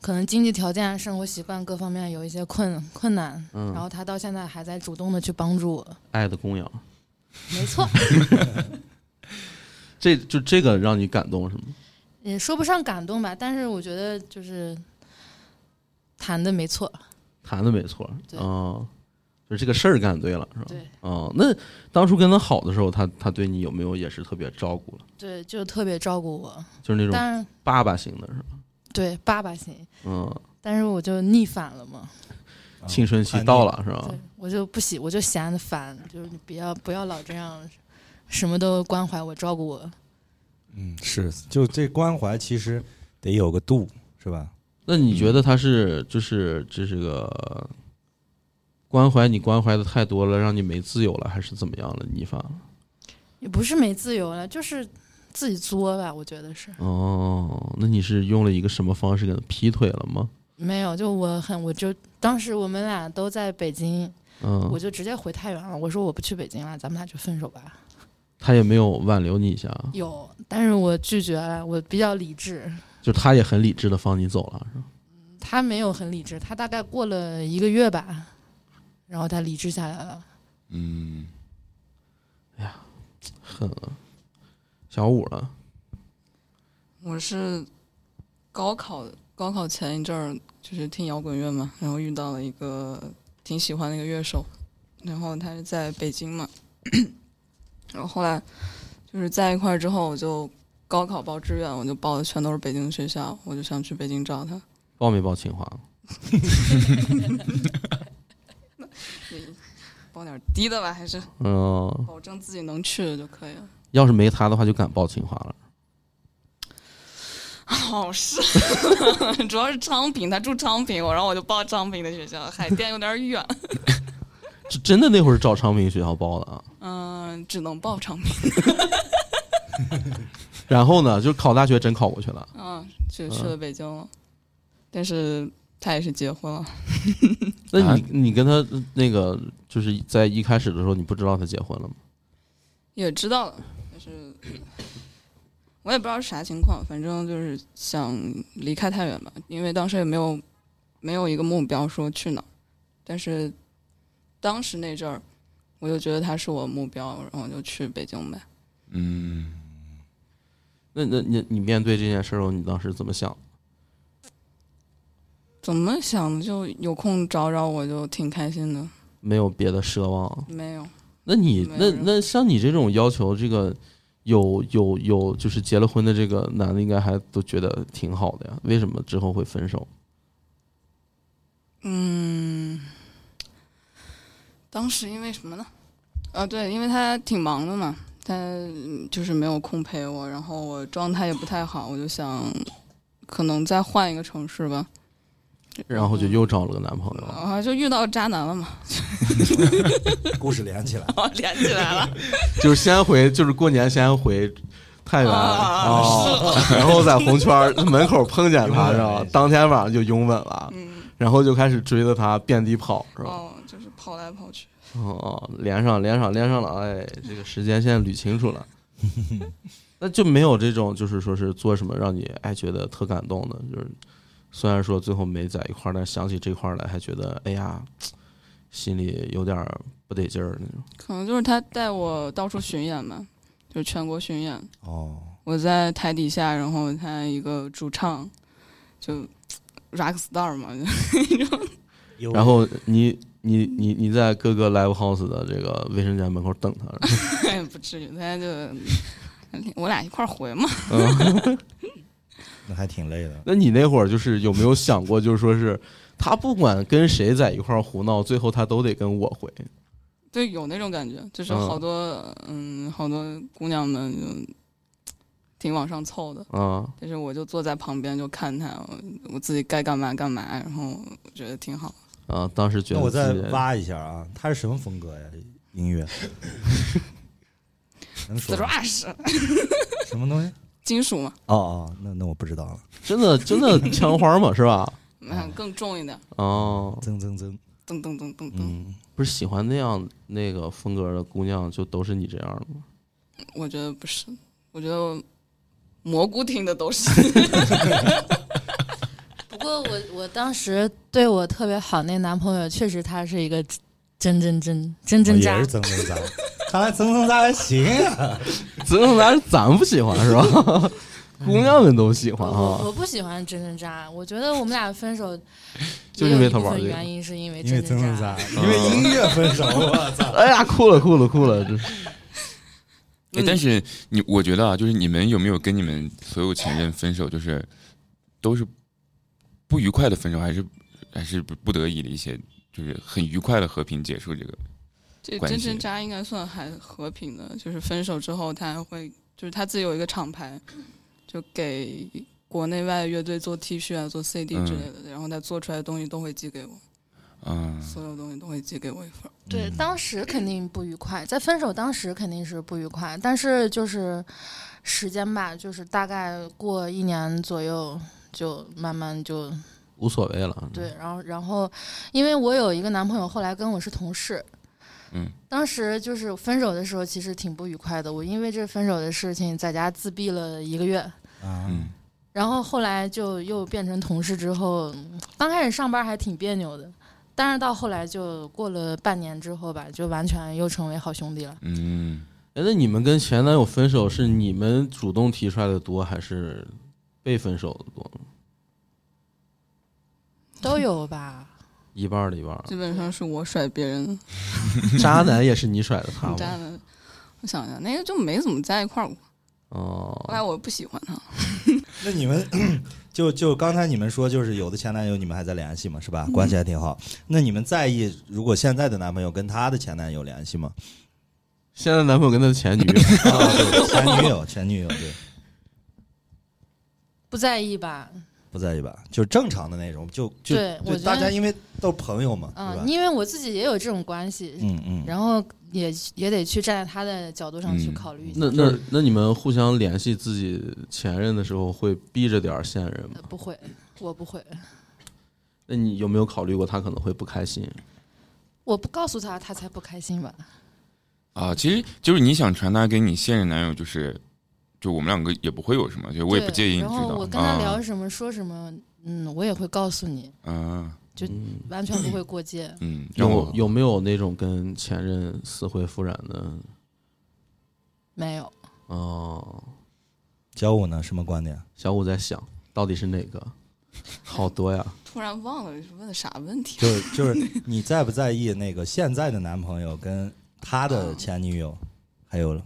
S3: 可能经济条件、啊生活习惯各方面有一些困困难，
S1: 嗯
S3: 然后他到现在还在主动的去帮助我，
S1: 爱的供养，(laughs)
S3: 没错，
S1: 这就这个让你感动是吗？
S3: 也说不上感动吧，但是我觉得就是谈的没错，
S1: 谈的没错
S3: 对
S1: 啊，就是这个事儿干对了是吧？
S3: 对
S1: 啊，那当初跟他好的时候，他他对你有没有也是特别照顾了？
S3: 对，就特别照顾我，
S1: 就是那种
S3: 但是
S1: 爸爸型的是吧？
S3: 对爸爸型，
S1: 嗯，
S3: 但是我就逆反了嘛，
S1: 啊
S5: 啊
S1: 青春期到了是吧
S3: 对？我就不喜，我就嫌烦，就是你不要不要老这样，什么都关怀我、照顾我。
S5: 嗯，是，就这关怀其实得有个度，是吧？
S1: 那你觉得他是就是这是个关怀你关怀的太多了，让你没自由了，还是怎么样了？逆反了？
S3: 也不是没自由了，就是自己作吧，我觉得是
S1: 哦，那你是用了一个什么方式给他劈腿了吗？
S3: 没有。就我很，我就当时我们俩都在北京，我
S1: 嗯，
S3: 就直接回太原了。我说我不去北京了，咱们俩就分手吧。
S1: 他也没有挽留你一下，
S3: 有，但是我拒绝了，我比较理智。
S1: 就他也很理智的放你走了，是吧？
S3: 他没有很理智，他大概过了一个月吧，然后他理智下来了。
S2: 嗯，
S1: 恨啊，小五了，
S4: 我是高考高考前一阵儿就是听摇滚乐嘛，然后遇到了一个挺喜欢的一个乐手，然后他是在北京嘛， (clears throat) 然后后来就是在一块儿之后，我就高考报志愿，我就报的全都是北京的学校，我就想去北京找他。
S1: 报没报清华？
S4: 报点低的吧，还是
S1: 嗯，
S4: 保证自己能去的就可以了。
S1: 要是没他的话，就敢报清华了。
S4: (laughs) 好事， (laughs) 主要是昌平，他住昌平，我然后我就报昌平的学校，海淀有点远，
S1: 就真的那会儿找昌平学校报的啊。
S4: 嗯、只能报昌平，
S1: 然后呢，就考大学真考过去了。
S4: 嗯，就去了北京了，但是他也是结婚了，
S1: 那你、
S2: 啊
S1: 你跟他那个就是在一开始的时候，你不知道他结婚了吗？
S4: 也知道了，但是我也不知道是啥情况，反正就是想离开太原吧，因为当时也没有没有一个目标说去哪儿，但是当时那阵儿，我就觉得他是我目标，然后我就去北京呗。
S2: 嗯，
S1: 那那你你面对这件事儿，你当时怎么想？
S4: 怎么想的就有空找找我就挺开心的，
S1: 没有别的奢望？啊
S4: 没有，
S1: 那你
S4: 没
S1: 那
S4: 有
S1: 那像你这种要求，这个有有有，就是结了婚的这个男的，应该还都觉得挺好的呀。为什么之后会分手？
S4: 嗯，当时因为什么呢？啊，对，因为他挺忙的嘛，他嗯就是没有空陪我，然后我状态也不太好，我就想可能再换一个城市吧，
S1: 然后就
S4: 嗯
S1: 又找了个男朋友了。
S4: 然后就遇到渣男了嘛，
S5: 故事连起来，
S4: (laughs) 哦，连起来 (laughs) 了，
S1: 就是先回，就是过年先回太原
S4: 啊
S1: 哦 (laughs) 然后在红圈儿门口碰见
S4: (laughs)
S1: 他，然后当天晚上就拥吻了，
S4: 嗯，
S1: 然后就开始追着他遍地跑，是吧？
S4: 哦，就是跑来跑去，
S1: 哦，连上，连上，连上了，哎，这个时间线捋清楚了。 (laughs) 那就没有这种，就是说是做什么让你哎觉得特感动的，就是虽然说最后没在一块儿，但想起这块儿来还觉得哎呀，心里有点儿不得劲儿那种。
S4: 可能就是他带我到处巡演嘛，就是全国巡演，
S1: (laughs)
S5: 哦，
S4: 我在台底下，然后他一个主唱，就 rock star 嘛，就
S1: 然后你你你你在各个 live house 的这个卫生间门口等他，
S4: 哎 (laughs) 不至于，他就我俩一块儿回嘛。
S5: 那还挺累的。
S1: 嗯那你那会儿就是有没有想过，就是说是他不管跟谁在一块儿胡闹，最后他都得跟我回。
S4: 对，有那种感觉，就是
S1: 嗯
S4: 好多嗯好多姑娘们就挺往上凑的，
S1: 啊、
S4: 但是我就坐在旁边就看他，我我自己该干嘛干嘛，然后我觉得挺好。
S1: 啊！当时觉
S5: 那
S1: 得
S5: 我再
S1: 自己
S5: 挖一下啊，他是什么风格呀？音
S1: (laughs)
S5: 乐？能说
S4: The
S5: 吗
S4: Rush
S5: 什么东西？
S4: 啊金属嘛，
S5: 哦哦，那那我不知道了。
S1: 真的真的枪花嘛，是吧？
S4: 嗯，更重一点，
S1: 哦，
S5: 增增增，
S4: 噔噔噔噔噔。
S5: 嗯，
S1: 不是喜欢那样那个风格的姑娘，就都是你这样的吗？ (laughs)
S4: 我觉得不是，嗯我觉得蘑菇听的都是。
S3: (laughs) 不过我我当时对我特别好那男朋友，确实他是一个真真真真真
S8: 哦也
S3: 渣
S8: 是，曾曾渣，看来曾曾渣还行啊。
S1: 只能咱咱不喜欢是吧？ (laughs) 姑娘们都喜欢
S3: 我
S1: 啊
S3: 我，不喜欢真真渣，我觉得我们俩分手
S1: (laughs) 就
S3: 也
S1: 因为
S3: 有一
S1: 他
S3: 部
S1: 玩
S3: 分
S1: 这个
S3: 原因是啊因为
S8: 因为曾
S3: 真
S8: 曾
S3: 渣
S8: 渣，。因为音乐分手，我
S1: (laughs)
S8: 操！
S1: 哎呀，哭了哭了哭了，真是
S2: 哎但是你，我觉得啊，就是你们有没有跟你们所有前任分手，就是都是不愉快的分手，还是还是不不得已的一些，就是很愉快的和平结束这个？
S4: 这
S2: 关
S4: 真
S2: 系
S4: 真渣应该算还和平的，就是分手之后他还会，就是他自己有一个厂牌，就给国内外乐队做 T 恤啊、做 CD 之类的，然后他做出来的东西都会寄给我，
S2: 嗯，
S4: 所有东西都会寄给我一份儿。
S3: 对，当时肯定不愉快，在分手当时肯定是不愉快，但是就是时间吧，就是大概过一年左右，就慢慢就
S1: 无所谓了。
S3: 对，然后然后，因为我有一个男朋友，后来跟我是同事，
S2: 嗯，
S3: 当时就是分手的时候，其实挺不愉快的。我因为这分手的事情，在家自闭了一个月，
S8: 啊，
S2: 嗯，
S3: 然后后来就又变成同事之后，刚开始上班还挺别扭的，但是到后来就过了半年之后吧，就完全又成为好兄弟了。
S2: 嗯，
S1: 哎，那你们跟前男友分手是你们主动提出来的多，还是被分手的多？
S3: 都有吧？
S1: 一半儿的一半儿，
S4: 基
S2: 嗯
S4: 本上是我甩别人，
S1: 渣男也是你甩的他
S4: 很渣
S1: 吗？
S4: 的。我想想，那个就没怎么在一块儿
S2: 哦
S4: 过。后来
S1: 哦，
S4: 我不喜欢他，
S8: 那你们
S5: 就就刚才你们说，就是有的前男友你们还在联系嘛，是
S3: 嗯
S5: 吧？关系还挺好。那你们在意如果现在的男朋友跟他的前男友联
S3: (laughs)
S5: 系吗？
S1: 现在男朋友跟他的前女 (laughs) 友，
S5: 啊，对前女友，前女友，对，
S3: (laughs) 不在意吧？
S5: 不在意吧？就是正常的那种，就就
S3: 对我觉
S5: 就
S3: 得
S5: 大家因为都是朋友嘛，
S3: 嗯、
S5: 对吧？
S3: 因为我自己也有这种关系，
S5: 嗯嗯，
S3: 然后也也得去站在他的角度上去
S2: 嗯
S3: 考虑一下。
S1: 那那那你们互相联系自己前任的时候，会避着点儿现任吗
S3: 呃？不会，我不会，
S1: 那你有没有考虑过他可能会不开心？
S3: 我不告诉他，他才不开心吧？
S2: 啊，其实就是你想传达给你现任男友，就是就我们两个也不会有什么，就我也不
S3: 对
S2: 介意你知
S3: 然后
S2: 道。
S3: 我跟他聊什么、说什么，嗯，我也会告诉你，
S2: 啊啊，
S3: 完全不会过界。
S2: 嗯，让
S1: 有啊
S2: 我
S1: 有没有那种跟前任死灰复燃的？
S3: 没有，
S1: 哦，
S5: 小五呢，什么观点？
S1: 小五在想到底是哪个？好多呀，
S4: 突然忘了是问的啥问题。
S5: 就是就是你在不在意那个现在的男朋友跟他
S3: 嗯
S5: 的前女友还有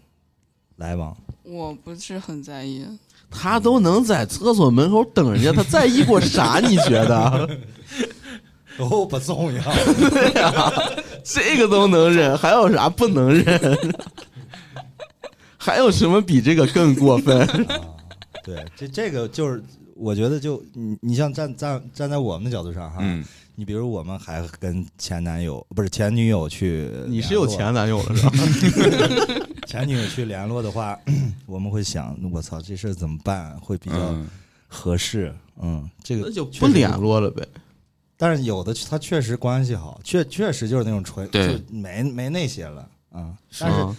S5: 来往？
S4: 我不是很在意，
S1: 他都能在厕所门口等人家，他在意过啥？你觉得 (laughs)
S5: 都不重要。
S1: 这个都能忍，还有啥不能 (laughs) 忍？还有什么比这个更过分？
S5: (laughs) 对，这这个就是我觉得就你你像站站站在我们的角度上哈，
S2: 嗯，
S5: 你比如我们还跟前男友不是前女友去联络，
S1: (laughs) 你是有前男友了是吧？
S5: 前女友去联络的话， (clears throat) 我们会想，我操，这事儿怎么办会比较
S2: 嗯
S5: 合适？嗯，这个
S1: (laughs) 那就不
S5: 确实
S1: 联络了呗。
S5: 但是有的他确实关系好，确确实就是那种纯，就
S2: 对
S5: 没没那些了啊。但是
S1: 啊，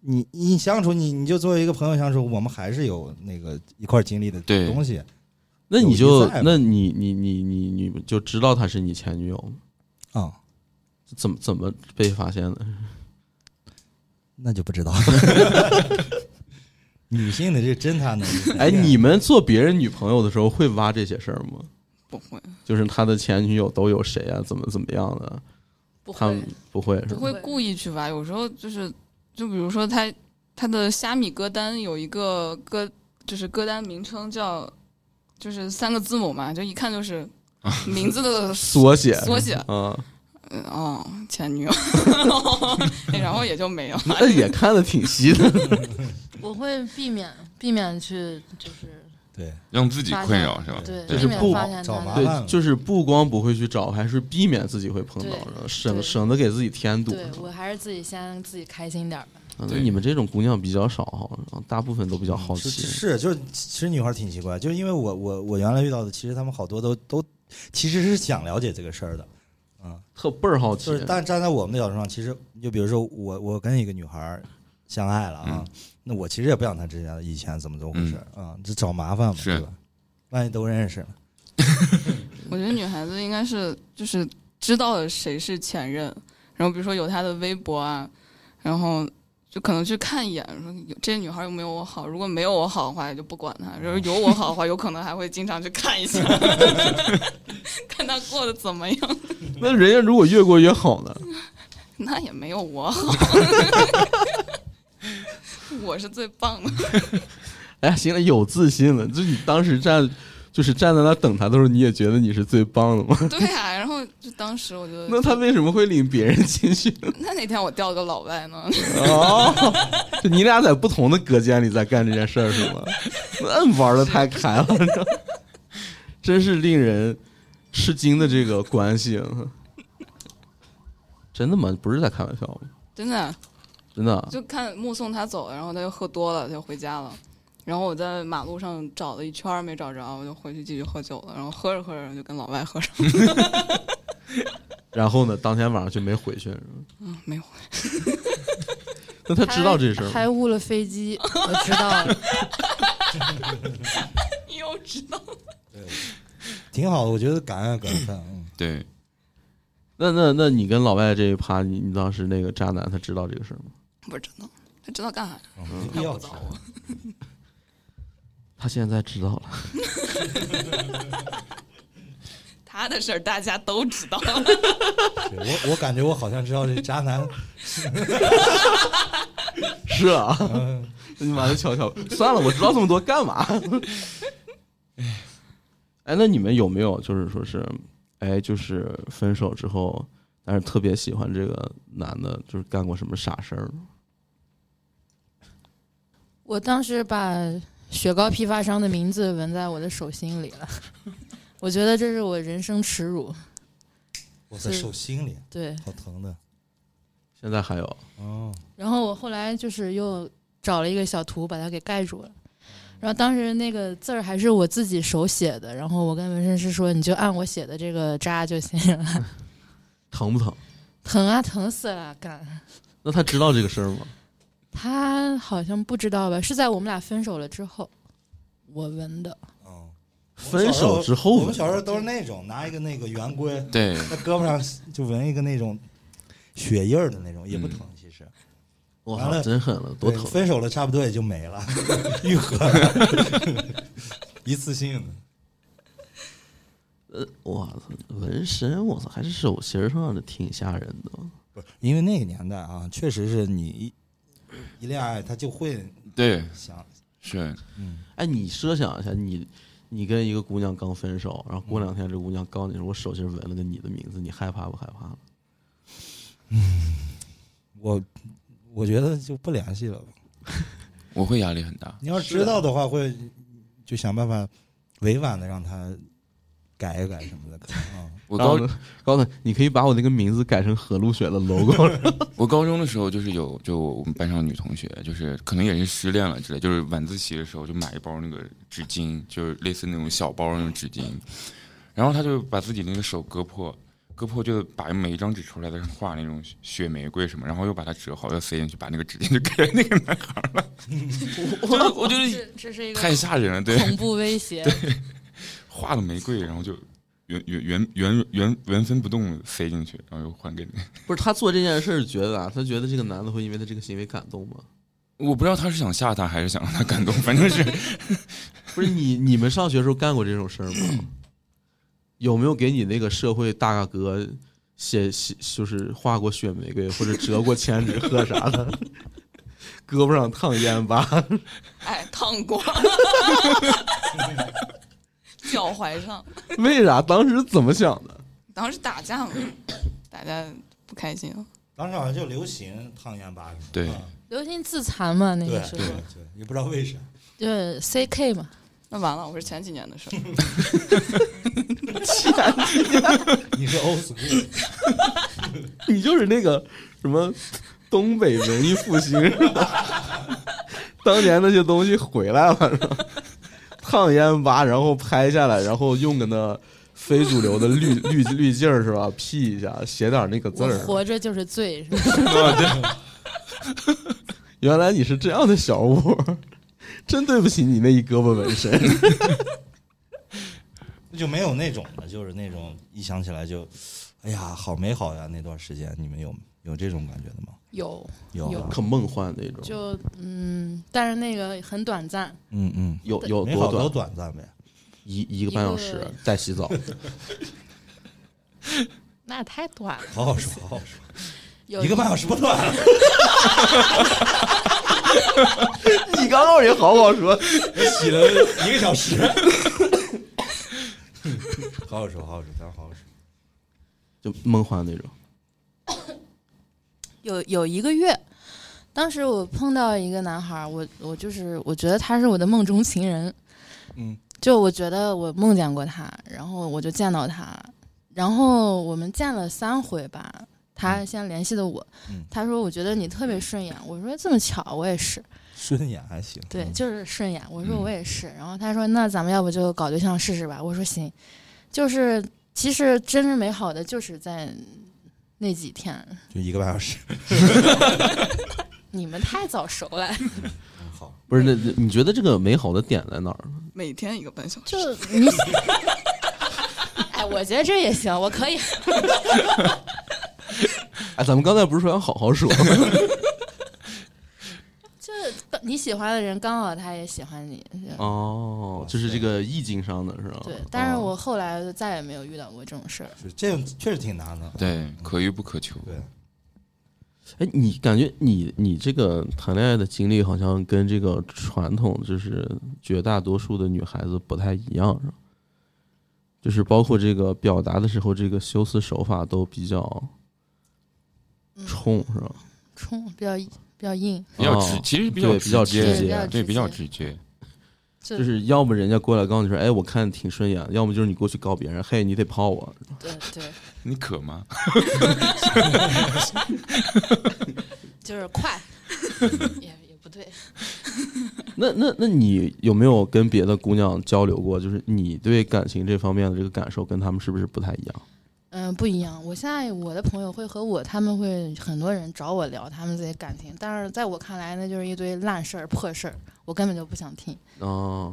S5: 你你相处，你你就作为一个朋友相处，我们还是有那个一块儿经历的
S2: 对
S5: 东西。
S1: 那你就
S5: 有比赛吗
S1: 那你你你你你就知道她是你前女友吗？
S5: 啊、
S1: 怎么怎么被发现 (laughs) 的？
S5: 那就不知道。
S1: (laughs)
S5: 女性的这侦探能力，
S1: 哎，你们做别人女朋友的时候会挖这些事儿吗？
S4: 不会，
S1: 就是他的前女友都有谁啊？怎么怎么样的？
S3: 不
S1: 他们
S3: 会，
S1: 不会是
S4: 不
S1: 吧？
S4: 会
S3: 会
S4: 故意去挖。有时候就是，就比如说他他的虾米歌单有一个歌，就是歌单名称叫，就是三个字母嘛，就一看就是名字的
S1: 缩写，
S4: 缩写。
S1: 啊，
S4: 嗯哦，前女友， (laughs) 哎然后也就没有。
S1: (laughs) 那也看的挺细
S5: (laughs)
S1: 的。
S3: 我会避免避免去就是
S5: 对
S2: 让自己
S3: 发
S2: 困
S3: 现
S2: 扰是吧？
S3: 对，
S1: 就是
S3: 避免
S1: 不
S3: 发现
S5: 找
S3: 他
S5: 麻
S1: 对
S5: 烦了，
S1: 就是不光不会去找，还是避免自己会碰到，
S3: 对
S1: 然后省
S3: 对
S1: 省得给自己添堵。
S3: 对我还是自己先自己开心点儿吧。
S1: 嗯
S2: 对
S1: 那你们这种姑娘比较少，好像大部分都比较好
S5: 嗯是
S1: 奇。
S5: 是，就是其实女孩儿挺奇怪，就是因为我我我原来遇到的，其实她们好多都都其实是想了解这个事儿的，
S1: 特倍儿好奇
S5: 就，是但站在我们的角度上，其实你就比如说我我跟一个女孩儿相爱了
S1: 嗯
S5: 啊，那我其实也不想她之前以前怎么怎么回事儿啊，这找麻烦嘛，
S2: 是
S5: 对吧？万一都认识了，
S4: 我觉得女孩子应该是就是知道了谁是前任，然后比如说有他的微博啊，然后就可能去看一眼，说有这女孩有没有我好，如果没有我好的话，也就不管她；如果有我好的话，有可能还会经常去看一下， (laughs) 看她过得怎么样。
S1: 那人家如果越过越好呢？
S4: 那也没有我好， (laughs) 我是最棒的。 (laughs)
S1: 哎呀，行了，有自信了。就是你当时站，就是站在那等他的时候，你也觉得你是最棒的吗？ (laughs)
S4: 对啊，然后就当时我就
S1: 那他为什么会领别人进去呢？
S4: 那哪天我调个老外呢？
S1: 哦，就你俩在不同的隔间里在干这件事儿是吗？ (laughs) 那玩的太开了，你知道吗 (laughs) 真是令人吃惊的这个关系。啊真的吗？不是在开玩笑吗？
S4: 真的，
S1: 真的啊，
S4: 就看目送他走，然后他就喝多了，他就回家了。然后我在马路上找了一圈儿没找着，我就回去继续喝酒了。然后喝着喝着就跟老外喝上了，
S1: 然后呢？当天晚上就没回去。是吗
S4: 嗯，没有，
S1: 那他知道这事儿
S3: 还
S1: 吗？
S3: 还误了飞机，我知道了。
S4: (laughs)
S1: (laughs)
S4: 你又知道
S5: 挺好的，我觉得感恩感
S1: (clears throat)
S5: 恩。嗯
S2: 对，
S1: 那那那你跟老外这一趴，你你当时那个渣男他知道这个事儿吗？
S4: 不知道，他知道干啥？
S5: 没嗯必要查
S1: 他现在知道了，
S4: (laughs) 他的事儿大家都知道， (laughs)
S5: 对我我感觉我好像知道这渣男，
S1: 是啊，你妈的悄悄，算了，我知道这么多干嘛？ (laughs) 哎，那你们有没有就是说是，哎，就是分手之后，但是特别喜欢这个男的，就是干过什么傻事儿？
S3: 我当时把雪糕批发商的名字纹在我的手心里了，我觉得这是我人生耻辱。
S5: 我在手心里，
S3: 对，
S5: 好疼的。
S1: 现在还有，
S5: 哦，
S3: 然后我后来就是又找了一个小图把它给盖住了。然后当时那个字儿还是我自己手写的，然后我跟纹身师说，你就按我写的这个扎就行了。
S1: 疼不疼？
S3: 疼啊，疼死了，干！
S1: 那他知道这个事儿吗？
S3: 他好像不知道吧？是在我们俩分手了之后，我纹的。
S5: 哦，
S1: 分手之后
S5: 我们小时候都是那种拿一个那个圆规，
S2: 对，
S5: 在胳膊上就纹一个那种血印儿的那种，也不疼，
S1: 嗯
S5: 其实
S1: 我
S5: 完
S1: 靠，
S5: 了
S1: 真狠了，多
S5: 对
S1: 疼！
S5: 分手了，差不多也就没了， (laughs) 愈合了， (laughs) 一次性的。
S1: 呃，我操，纹身，我操，还是手心儿上的，挺吓人的。
S5: 因为那个年代啊，确实是你一一恋爱，他就会
S2: 对，
S5: 想，
S2: 是，
S5: 嗯，
S1: 哎，你设想一下，你你跟一个姑娘刚分手，然后过两天这姑娘告你说我手心纹了个你的名字，你害怕不害怕？
S5: 我我觉得就不联系了吧。
S2: 我会压力很大。
S5: 你要知道的话，会就想办法委婉的让他改一改什么的，可能啊。
S2: 我
S1: 然
S2: 高
S1: 后呢，高总，你可以把我那个名字改成何路雪的 logo，
S2: 我高中的时候就是有，就我们班上女同学，就是可能也是失恋了之类，就是晚自习的时候就买一包那个纸巾，就是类似那种小包那种纸巾，然后她就把自己那个手割破，割破就把每一张纸抽出来在上画那种雪玫瑰什么，然后又把它折好，又塞进去，把那个纸巾就给了那个男孩了。就是我觉得
S3: 这这是一个
S2: 太吓人了，对，
S3: 恐怖威胁。
S2: 画的玫瑰，然后就原原原原原原封不动地塞进去，然后又还给你。
S1: (laughs) 不是他做这件事儿觉得啊，他觉得这个男的会因为他这个行为感动吗？
S2: 我不知道他是想吓他还是想让他感动，反正是
S1: 不是你你们上学时候干过这种事儿吗？有没有给你那个社会大哥写写就是画过雪玫瑰或者折过千纸鹤啥的？ (laughs) 胳膊上烫烟疤，
S4: 哎，烫 (laughs) 过，脚踝上，
S1: (laughs) 为啥？当时怎么想的？
S4: 当时打架嘛，打架不开心了。
S5: 当时好像就流行烫烟疤，
S2: 对
S5: 啊
S3: 流行自残嘛，那
S5: 对
S3: 个
S5: 对
S3: 时候
S5: 对，也不知道为啥。
S3: 就是 CK 嘛，
S4: 那完了，我是前几年的事儿，
S5: 你是 old school，
S1: (laughs) 你就是那个什么东北文艺复兴 (laughs) 是吧？当年那些东西回来了，是吧？烫烟疤，然后拍下来，然后用个那非主流的滤 (laughs) 滤滤镜儿是吧？P 一下，写点那个字
S3: 我
S1: 儿。
S3: 活着就是罪，是吧？
S1: 原来你是这样的小物，真对不起你那一胳膊纹身。
S5: 就没有那种的，就是那种一想起来就，哎呀，好美好呀！那段时间你们有有这种感觉的吗？
S3: 有
S5: 有啊
S3: 有
S1: 可梦幻那种，
S3: 就嗯，但是那个很短暂，
S5: 嗯嗯，
S1: 有有
S5: 美好
S1: 多
S5: 多
S1: 短？
S5: 短暂呗。
S1: 一一个半小时
S3: 一个，
S1: 再洗澡，
S3: 那也太短了。
S5: 好好说，好好说，
S3: (laughs) 有
S5: 一个半小时不短。啊
S3: (laughs)
S1: 你刚刚也好好说，
S5: 洗了一个小时。好好说，好好说，咱好好说。
S1: 就梦幻那种。
S3: 有有一个月，当时我碰到一个男孩儿，我我就是我觉得他是我的梦中情人，
S5: 嗯，
S3: 就我觉得我梦见过他，然后我就见到他，然后我们见了三回吧。他先联系的我，
S5: 嗯
S3: 他说我觉得你特别顺眼，我说这么巧，我也是，
S5: 顺眼还行。
S3: 对，
S5: 嗯
S3: 就是顺眼。我说我也是，然后他说那咱们要不就搞对象试试吧？我说行，就是其实真正美好的就是在那几天，
S5: 就一个半小时。
S3: 你们太早熟了，
S5: 好，
S1: 不是，那那你觉得这个美好的点在哪儿？
S4: 每天一个半小时
S3: 就。 (laughs) 你，哎，我觉得这也行，我可以。
S1: 哎，咱们刚才不是说要好好说？
S3: (laughs) 就是你喜欢的人，刚好他也喜欢你。
S1: (laughs) 哦，就是这个意境上的是吧？
S3: 对，但是
S1: 哦
S3: 我后来就再也没有遇到过这种事儿。
S5: 是这种确实挺难的。
S2: 对，可遇不可求。
S5: 对，
S1: 哎，你感觉你你这个谈恋爱的经历好像跟这个传统就是绝大多数的女孩子不太一样，是吧？就是包括这个表达的时候，这个修辞手法都比较
S3: 嗯
S1: 冲，是吧？
S3: 冲比较比较硬，
S2: 比较直
S1: 哦，
S2: 其实比
S1: 对比较
S2: 较
S1: 直
S2: 接
S1: 接对，
S2: 对，
S3: 比
S2: 比
S3: 较
S2: 较
S3: 直
S2: 直接。
S3: 就
S1: 就是要么人家过来告诉你说，哎，我看你挺顺眼，要么就是你过去告别人，嘿，你得泡我，
S3: 对对，
S2: 你渴吗？
S3: (laughs) 就是快， (laughs) 也也不对。
S1: 那那那你有没有跟别的姑娘交流过？就是你对感情这方面的这个感受跟她们是不是不太一样？
S3: (laughs) 嗯，不一样。我现在我的朋友会和我，他们会很多人找我聊他们自己感情，但是在我看来，那就是一堆烂事儿、破事儿，我根本就不想听。
S1: 哦，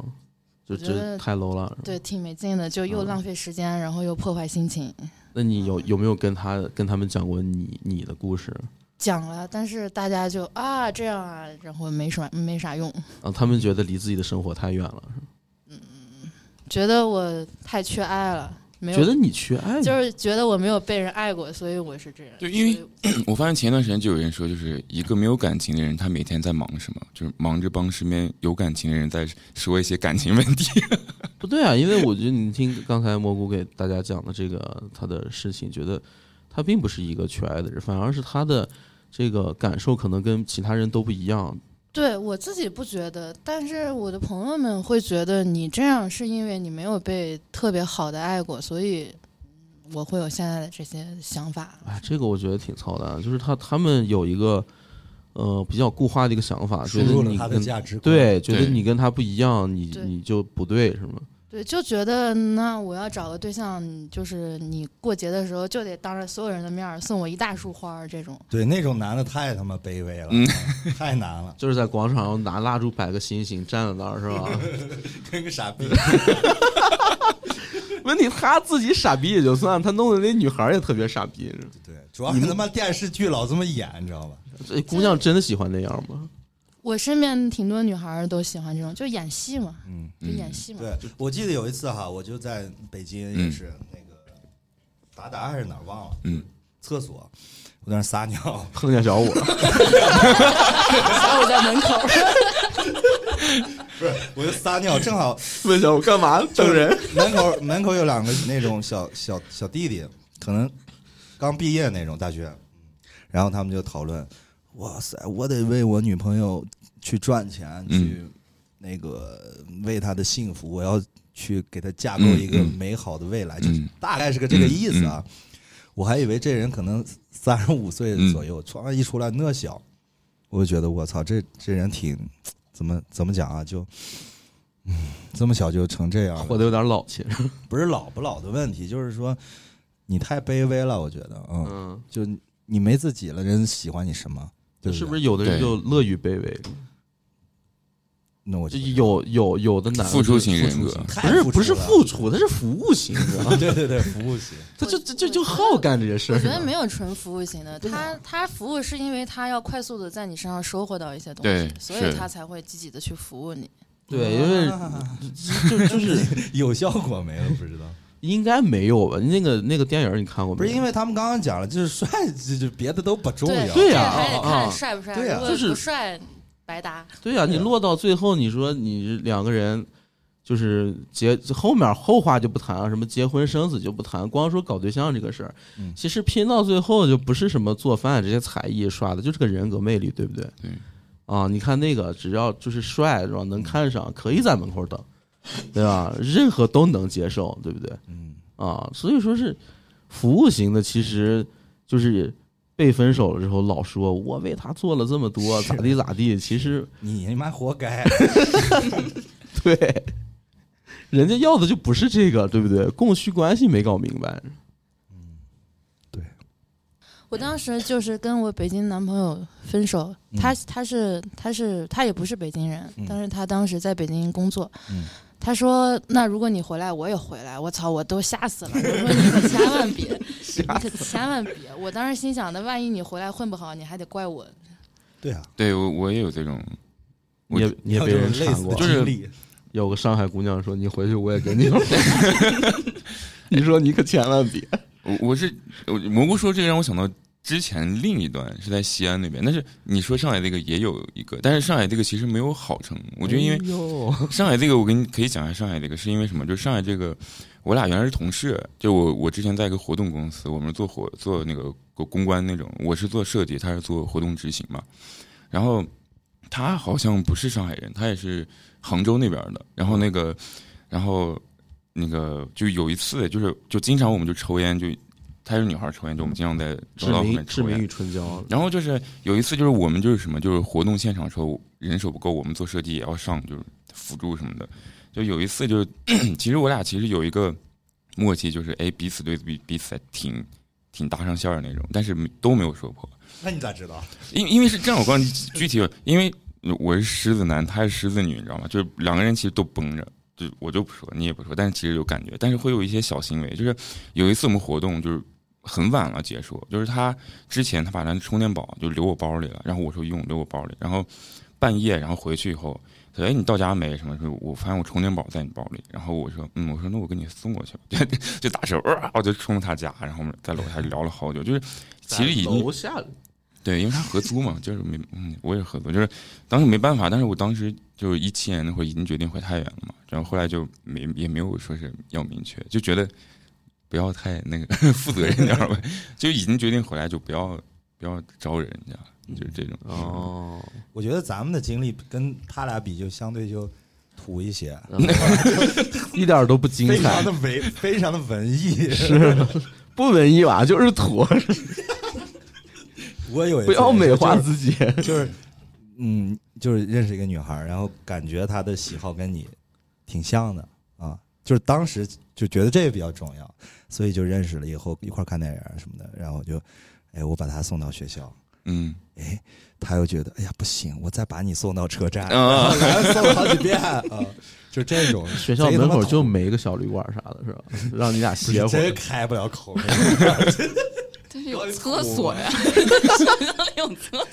S1: 就
S3: 我觉
S1: 这
S3: 得
S1: 太 low 了。是吧，
S3: 对，挺没劲的，就又
S1: 嗯
S3: 浪费时间，然后又破坏心情。
S1: 那你有有没有跟她跟他们讲过你你的故事？
S3: 讲了，但是大家就啊这样啊，然后没什么没啥用，
S1: 啊，他们觉得离自己的生活太远了，是吧
S3: 觉得我太缺爱了，没有
S1: 觉得你缺爱，
S3: 就是觉得我没有被人爱过，所以我是这样。
S2: 对因为
S3: 所以
S2: 我发现前段时间就有人说，就是一个没有感情的人，他每天在忙什么？就是忙着帮身边有感情的人在说一些感情问
S3: (laughs)
S2: 题。
S1: 不对啊，因为我觉得你听刚才蘑菇给大家讲的这个他的事情，觉得他并不是一个缺爱的人，反而是他的这个感受可能跟其他人都不一样。
S3: 对我自己不觉得，但是我的朋友们会觉得你这样是因为你没有被特别好的爱过，所以嗯我会有现在的这些想法。
S1: 哎，这个我觉得挺操蛋的，就是他他们有一个呃比较固化的一个想法，
S5: 输
S1: 觉得
S5: 入了
S1: 你
S5: 他的
S1: 跟
S5: 价值观
S1: 对，觉得
S2: 对
S1: 你跟他不一样，你
S3: 对
S1: 你就不对，是吗？
S3: 对，就觉得那我要找个对象，就是你过节的时候就得当着所有人的面儿送我一大束花儿这种。
S5: 对，那种男的太他妈卑微了，太难 (laughs) 了，
S1: 就是在广场上拿蜡烛摆个心形站在那儿，是吧？
S5: 跟个傻逼。
S1: (laughs) 问题他自己傻逼也就算，他弄的那女孩儿也特别傻逼。是吧
S5: 对，主要是他妈电视剧老这么演，你知道吧？
S1: 这姑娘真的喜欢那样吗？
S3: 我身边挺多女孩儿都喜欢这种，就演戏嘛，
S5: 嗯，
S3: 就演戏嘛。
S5: 对，我记得有一次哈，我就在北京，也是那个达达还是哪儿忘了，
S2: 嗯，
S5: 厕所，我在那儿撒尿， (laughs)
S1: 碰见小五，
S3: 然后我在门口儿，
S5: 不是，我就撒尿，正好
S1: (laughs) 问小五干嘛？整人？
S5: 门口门口有两个那种小小小弟弟，可能刚毕业那种大学，然后他们就讨论，哇塞，我得为我女朋友去赚钱，
S2: 嗯
S5: 去那个为她的幸福，我要去给她架构一个
S2: 嗯嗯
S5: 美好的未来，
S2: 嗯
S5: 就是大概是个这个意思啊。我还以为这人可能三十五岁左
S2: 嗯
S5: 右，唰一出来那小，我就觉得我操，这这人挺怎么怎么讲啊，就。嗯这么小就成这样了，
S1: (laughs) 活得有点老气。
S5: 不是老不老的问题，就是说你太卑微了，我觉得，嗯，
S1: 嗯，
S5: 就你没自己了，人喜欢你什么？对对
S1: 是不是有的人
S2: 对
S1: 就乐于卑微？
S5: 那我
S1: 这
S5: 就
S1: 有有有的男的
S2: 付
S1: 就
S2: 出型人格，
S1: 不是不是付出，他是服务型的，
S5: (laughs) 对对对，服务型。
S1: 他就就就就好干这些事
S3: 我
S1: 儿
S3: 觉。得没有纯服务型的，他他服务是因为他要快速的在你身上收获到一些东西，
S2: 对
S3: 所
S2: 是
S3: 以他才会积极的去服务你。
S1: 对，因
S5: (laughs)
S1: 为就就是嗯
S5: 有效果没了，不知道。
S1: 应该没有吧？那个那个电影你看过没有？
S5: 不是因为他们刚刚讲了，就是帅，就就别的都不重
S3: 对
S1: 对
S5: 要。
S3: 这
S1: 呀
S3: 还得
S1: 啊啊
S3: 看帅不帅，
S5: 对呀
S3: 如果
S1: 就是
S3: 不帅，白搭。
S1: 对呀、你落到最后，你说你两个人就是结后面后话就不谈啊了，什么结婚生子就不谈，光说搞对象这个事儿，
S5: 嗯
S1: 其实拼到最后就不是什么做饭这些才艺刷的，就是个人格魅力，对不对？
S2: 对。
S1: 啊，你看那个，只要就是帅，是吧？能看上，可以在门口等，对吧？任何都能接受，对不对？
S5: 嗯，
S1: 啊，所以说是服务型的，其实就是被分手了之后老说我为他做了这么多，咋地咋地，其
S5: (laughs)
S1: 实
S5: 你你妈活该。
S1: 对，人家要的就不是这个，对不对？供需关系没搞明白，
S3: 我当时就是跟我北京男朋友分手，
S5: 嗯
S3: 他他是他是他也不是北京人，
S5: 嗯
S3: 但是他当时在北京工作。
S5: 嗯
S3: 他说：“那如果你回来，我也回来。”我操，我都吓死了！我说：“你可千万别，你可千万别！”我当时心想：“那万一你回来混不好，你还得怪我。
S5: 对啊，
S2: 对我我也有这种，我
S1: 你也你也被人缠过。
S2: 就是
S5: (laughs) 是
S1: 有个上海姑娘说：“你回去我也跟你。” (laughs) 你说你可千万别。
S2: 我我是我蘑菇说这个让我想到之前另一段是在西安那边，但是你说上海这个也有一个，但是上海这个其实没有好成， (laughs) 我觉得因为
S5: 哎
S1: 为
S2: (laughs) 上海这个，我跟你可以讲一下上海这个，是因为什么？就是上海这个，我俩原来是同事，就我我之前在一个活动公司，我们是做活做那个公关那种，我是做设计，他是做活动执行嘛。然后他好像不是上海人，他也是杭州那边的。然后那个，然后那个就有一次，就是就经常我们就抽烟，就她是女孩抽烟，就我们经常在
S1: 志
S2: 楼道后
S1: 明
S2: 面
S1: 志
S2: 抽
S1: 明
S2: 烟嗯
S1: 与。春娇，
S2: 然后就是有一次，就是我们就是什么，就是活动现场的时候人手不够，我们做设计也要上，就是辅助什么的。就有一次，就是 (clears throat) 其实我俩其实有一个默契，就是哎彼此对彼彼此还挺挺搭上线儿的那种，但是没都没有说破。
S8: 那你咋知道？
S2: 因因为是这样，我告诉你具体，因为我是狮子男，他是狮子女，你知道吗？就是两个人其实都绷着，就我就不说，你也不说，但是其实有感觉，但是会有一些小行为，就是有一次我们活动就是很晚了结束，就是他之前他把咱充电宝就留我包里了，然后我说用留我包里，然后半夜然后回去以后。他说：“哎，你到家没？什么？说我发现我充电宝在你包里。”然后我说：“嗯，我说那我给你送过去吧。” (laughs) 就就打车，哇，我就冲他家，然后我们在楼下聊了好久。就是其实已经
S1: 楼下
S2: 对，因为他合租嘛，就是没，嗯，我也是合租，就是当时没办法，但是我当时就是一七年那会儿已经决定回太原了嘛，然后后来就没也没有说是要明确，就觉得不要太那个 (laughs) 负责任点儿吧，就已经决定回来就不要不要招人家，就是这种。
S1: 哦，
S5: 我觉得咱们的经历跟他俩比，就相对就土一些，
S1: (laughs) 一点都不精
S5: 非常
S1: 彩
S5: 的，文，非常的文艺。
S1: 是不文艺吧？就是土，
S5: 我有一
S1: 不要
S5: 次
S1: 美化
S5: 就是
S1: 自己。
S5: 就是，嗯，就是认识一个女孩儿，然后感觉她的喜好跟你挺像的啊，就是当时就觉得这个比较重要，所以就认识了以后一块儿看电影儿什么的，然后就，哎，我把她送到学校，
S2: 嗯，
S5: 哎，她又觉得，哎呀不行，我再把你送到车站，
S2: 啊
S5: 然后送了好几遍啊，就这种
S1: (laughs) 学校门口就
S5: 没
S1: 没个小旅馆啥的，是 (laughs) 吧？让你俩歇
S5: (laughs)
S1: 会
S5: 真
S1: 儿。
S5: 开不了
S3: (laughs)
S5: 口，
S4: 但是有厕所呀， (laughs) 有厕所。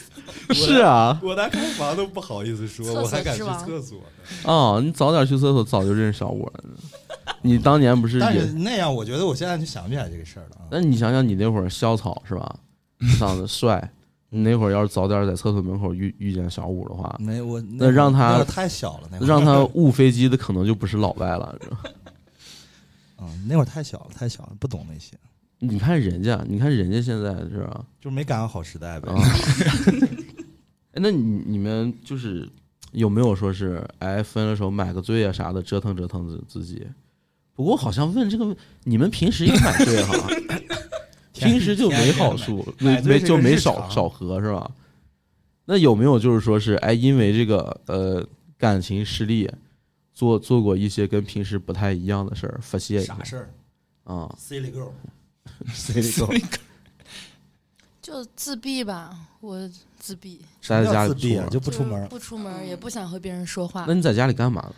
S1: 是啊，
S8: 我连开房都不好意思说，
S3: 厕所
S8: 我还敢去
S3: 之王
S8: 厕所呢。
S1: 哦，你早点去厕所，早就认识小我了。你当年不是
S5: 但
S1: 也
S5: 是？那样我觉得我现在就想不起来这个事儿了啊。
S1: 那你想想，你那会儿校草是 (laughs) 吧？长得帅，你那会儿要是早点在厕所门口遇遇见小五的 (laughs) 话，
S5: 没我那
S1: 那让她
S5: 那会儿太小了，那会儿
S1: 让他误飞机的可能就不是老外了。是吧
S5: (laughs) 嗯，那会儿太小了，太小了，不懂那些，
S1: 你看人家，你看人家现在是吧？
S5: 就没赶上好时代呗。
S1: 啊， (laughs) 哎那你你们就是有没有说是哎分了手买个醉啊啥的折腾折腾自自己？不过好像问这个问，你们平时也买
S8: (laughs)
S1: 醉哈？平时就没好处，
S8: 天天买
S1: 没没
S8: 买醉这个
S1: 就没
S8: 日
S1: 少
S8: 常
S1: 少喝是吧？那有没有就是说是哎，因为这个呃感情失利，做做过一些跟平时不太一样的事儿，发泄一下
S8: 啥事儿
S1: 啊？ (laughs)
S5: (laughs)
S8: ？Silly girl，
S5: 谁
S2: 那个
S3: 就自闭吧，我自闭，
S1: 宅在家
S5: 要
S1: 里
S5: 自闭
S1: 坐
S5: 啊
S1: 着。
S5: 就不出门
S3: 就是
S5: 儿。
S3: 不出门儿，也不想和别人说话
S1: 那，你在家里干嘛呢？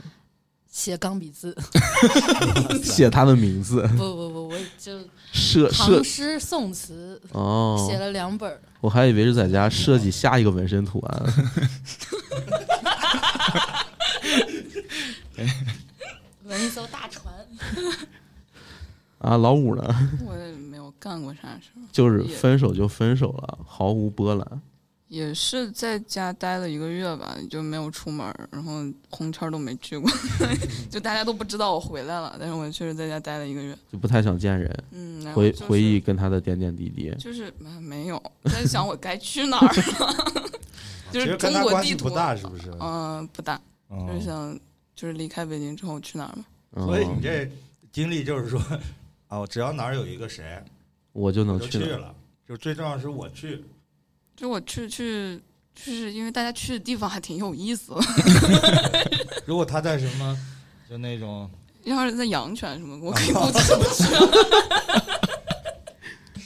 S3: 写钢笔字， (laughs)
S1: 写他的名字，
S3: 不不不，我就
S1: 设设
S3: 唐诗宋词
S1: 哦
S3: 写，了两本儿，
S1: 我还以为是在家设计下一个纹身图案。
S3: 纹一艘大船。
S1: 啊，老五呢，
S4: (laughs) 我也没有干过啥事儿，
S1: 就是分手就分手了，毫无波澜。
S4: 也是在家待了一个月吧，就没有出门儿，然后红圈儿都没去过， (laughs) 就大家都不知道我回来了，但是我确实在家待了一个月。
S1: 就不太想见人，
S4: 嗯，然后
S1: 回
S4: 就是
S1: 回忆跟他的点点滴滴。
S4: 就是没没有在想我该去哪儿了， (laughs)
S8: 其
S4: 就是
S8: 实
S4: 中
S8: 跟他
S4: 国
S8: 关
S4: 地
S8: 系
S4: 图
S8: 不大，哦是不是？
S4: 嗯、不大，就是
S5: 嗯，
S4: 想就是离开北京之后去哪儿嘛。
S5: 所以
S1: 嗯
S5: 你这经历就是说，啊，我只要哪儿有一个谁，
S1: 我就能
S5: 我就去
S1: 去了。
S5: 了。就最重要的是我去，
S4: 就我去去，就是因为大家去的地方还挺有意思的。 (laughs)
S5: 如果他在什么，就那种
S4: 要是在阳泉什么，我可以不去不去。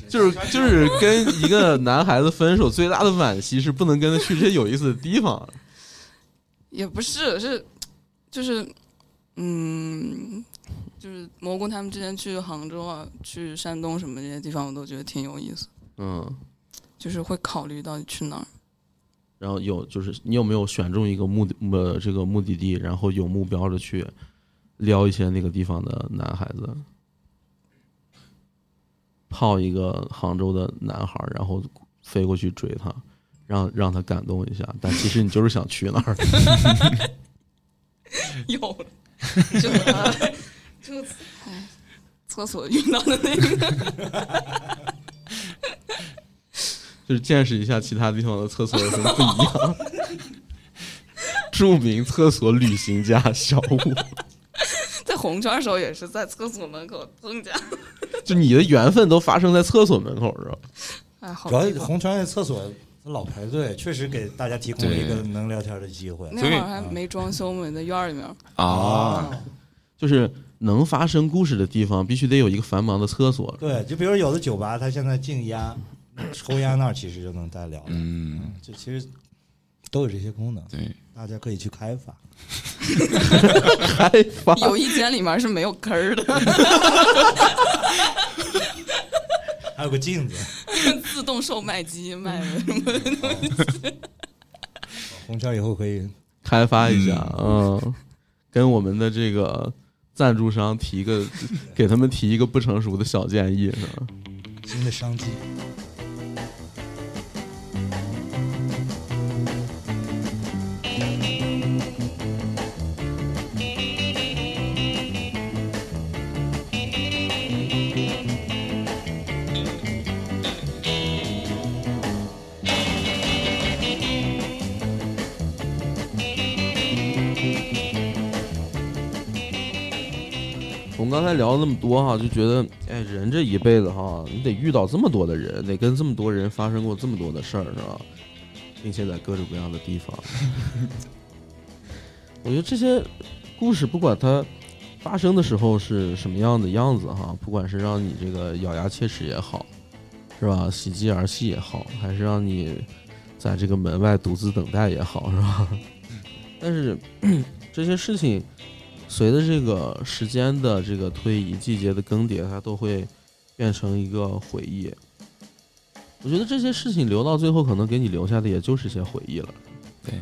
S1: 就是就是跟一个男孩子分手最大的惋惜是不能跟他去这些有意思的地方。
S4: 也不是，是就是嗯，就是蘑菇他们之前去杭州啊、去山东什么这些地方，我都觉得挺有意思。
S1: 嗯，
S4: 就是会考虑到底去 (laughs) 哪儿。
S1: 然后有就是你有没有选中一个目的呃这个目的地，然后有目标的去撩一些那个地方的男孩子，泡一个杭州的男孩儿，然后飞过去追他，让让他感动一下。但其实你就是想去那儿。 (laughs)
S4: 有 (laughs) 了，就啊 (laughs) 就哎，厕所遇到的那个，
S1: 就是见识一下其他地方的厕所有什么不一样。著名厕所旅行家小五， (laughs)
S4: 在红圈的时候也是在厕所门口增加。
S1: 就你的缘分都发生在厕所门口是吧？
S4: (laughs) 哎，好
S5: 主要红圈那厕所老排队，确实给大家提供了一个
S2: 对
S5: 能聊天的机会。
S4: 那
S2: 所
S4: 会
S2: 以
S4: 儿还没装修嘛，在院儿里面。
S2: 啊，
S1: 就是能发生故事的地方，必须得有一个繁忙的厕所。
S5: 对，就比如有的酒吧，他现在禁烟，抽烟那儿其实就能再聊。
S2: 嗯，
S5: 这其实都有这些功能，
S2: 对，
S5: 大家可以去开发。
S1: 开放
S4: 有一间里面是没有坑儿的，
S5: 还有个镜子，
S4: 自动售卖机卖的什么
S5: 红圈以后可以
S1: 开发一下，嗯，跟我们的这个赞助商提一个，给他们提一个不成熟的小建议是吧？
S5: 新的商机。
S1: 我们刚才聊了那么多哈，就觉得，哎，人这一辈子哈，你得遇到这么多的人，得跟这么多人发生过这么多的事儿，是吧？并且在各种各样的地方， (laughs) 我觉得这些故事，不管它发生的时候是什么样的样子哈，不管是让你这个咬牙切齿也好，是吧？喜极而泣也好，还是让你在这个门外独自等待也好，是吧？ (coughs) 但是 (coughs) 这些事情随着这个时间的这个推移、季节的更迭，它都会变成一个回忆。我觉得这些事情留到最后，可能给你留下的也就是一些回忆了。
S2: 对，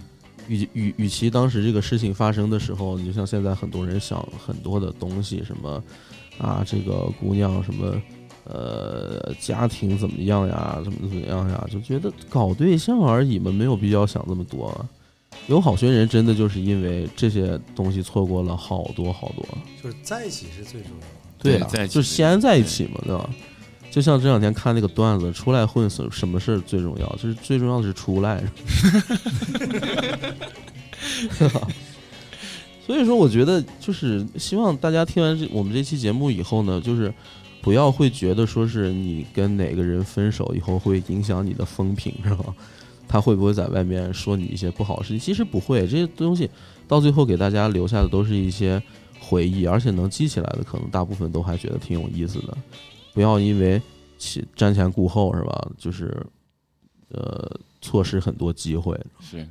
S1: 与与与其当时这个事情发生的时候，你就像现在很多人想很多的东西，什么啊，这个姑娘什么。呃，家庭怎么样呀？怎么怎么样呀？就觉得搞对象而已嘛，没有必要想这么多、啊。有好学人真的就是因为这些东西错过了好多好多。
S5: 就是在一起是最重要的。
S2: 对
S1: 啊
S2: 在一，起
S1: 就先在一起嘛，对吧？就像这两天看那个段子，出来混什什么事儿最重要？就是最重要的是出来。是
S2: (laughs)
S1: 吧所以说，我觉得就是希望大家听完这我们这期节目以后呢，就是不要会觉得说是你跟哪个人分手以后会影响你的风评，是吧？他会不会在外面说你一些不好的事情？其实不会，这些东西到最后给大家留下的都是一些回忆，而且能记起来的，可能大部分都还觉得挺有意思的。不要因为其瞻前顾后是吧？就是呃错失很多机会。
S2: 是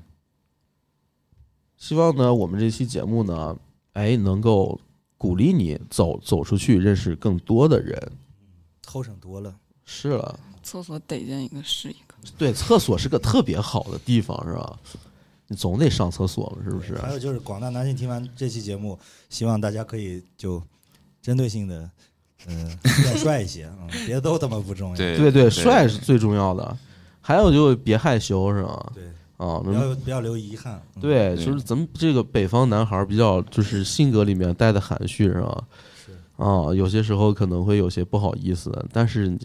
S1: 希望呢，我们这期节目呢，哎，能够鼓励你走走出去，认识更多的人。
S5: 后生多了，
S1: 是了，
S4: 厕所逮见一个是一个。
S1: 对，厕所是个特别好的地方，是吧？你总得上厕所嘛，是不是？
S5: 还有就是广大男性听完这期节目，希望大家可以就针对性的，嗯、 (laughs) 变帅一些啊、嗯别都他妈不重要。
S2: 对
S1: 对对，帅是最重要的。还有就别害羞，是吧？
S5: 对
S1: 啊，
S5: 不要不要留遗憾。嗯、
S1: 对，
S2: 对
S1: 就是咱们这个北方男孩儿比较，就是性格里面带的含蓄，是吧？啊，有些时候可能会有些不好意思，但是你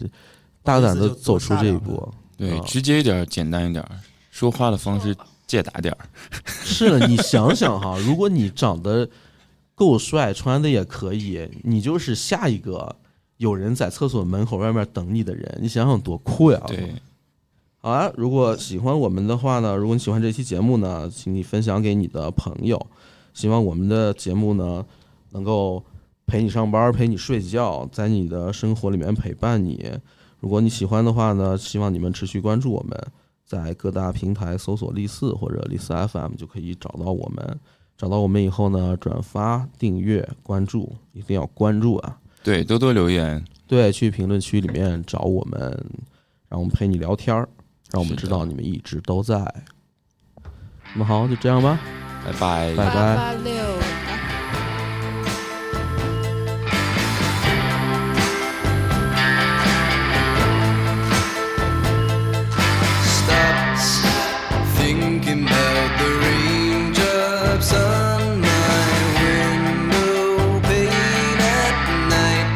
S1: 大胆的走出这一步，
S2: 对，
S1: 啊
S2: 直接一点儿，简单一点儿，说话的方式借打点儿。
S1: 是的，你想想哈，如果你长得够帅，穿的也可以，你就是下一个有人在厕所门口外面等你的人，你想想多酷呀！
S2: 对，
S1: 好啊，如果喜欢我们的话呢，如果你喜欢这期节目呢，请你分享给你的朋友。希望我们的节目呢，能够陪你上班，陪你睡觉，在你的生活里面陪伴你。如果你喜欢的话呢，希望你们持续关注我们，在各大平台搜索“立四”或者“立四 FM” 就可以找到我们。找到我们以后呢，转发、订阅、关注，一定要关注啊！
S2: 对，多多留言，
S1: 对，去评论区里面找我们，让我们陪你聊天儿，让我们
S2: 是的
S1: 知道你们一直都在。那么好，就这样吧，
S2: 拜拜。
S1: 拜拜。
S3: 八八六。
S7: Stops thinking about the raindrops on my window pane at night.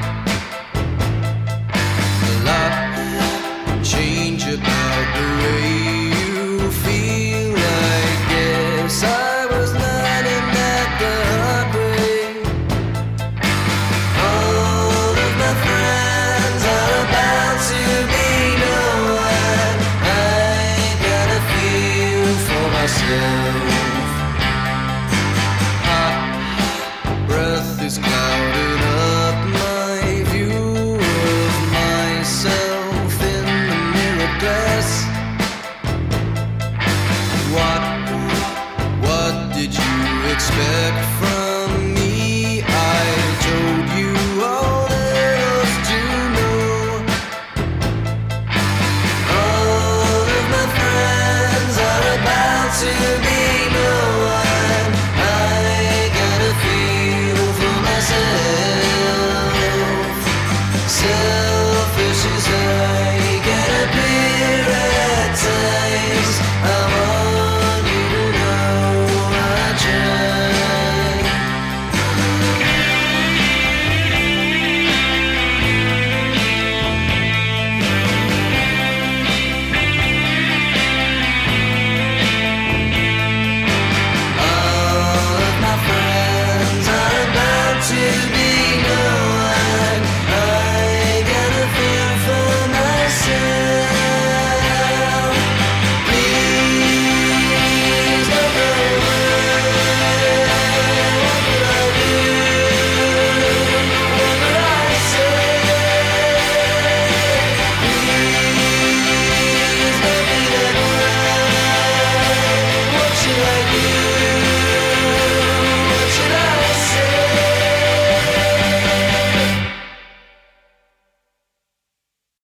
S7: A lot change about the way you feel. I guess I was not in that the hard way. All of my friends are about to be nowhere. I got a feel for myself. Hot breath is clouded up my view of myself in the mirror glass. What what did you expect from me? I told you all there was to know. All of my friends are about to be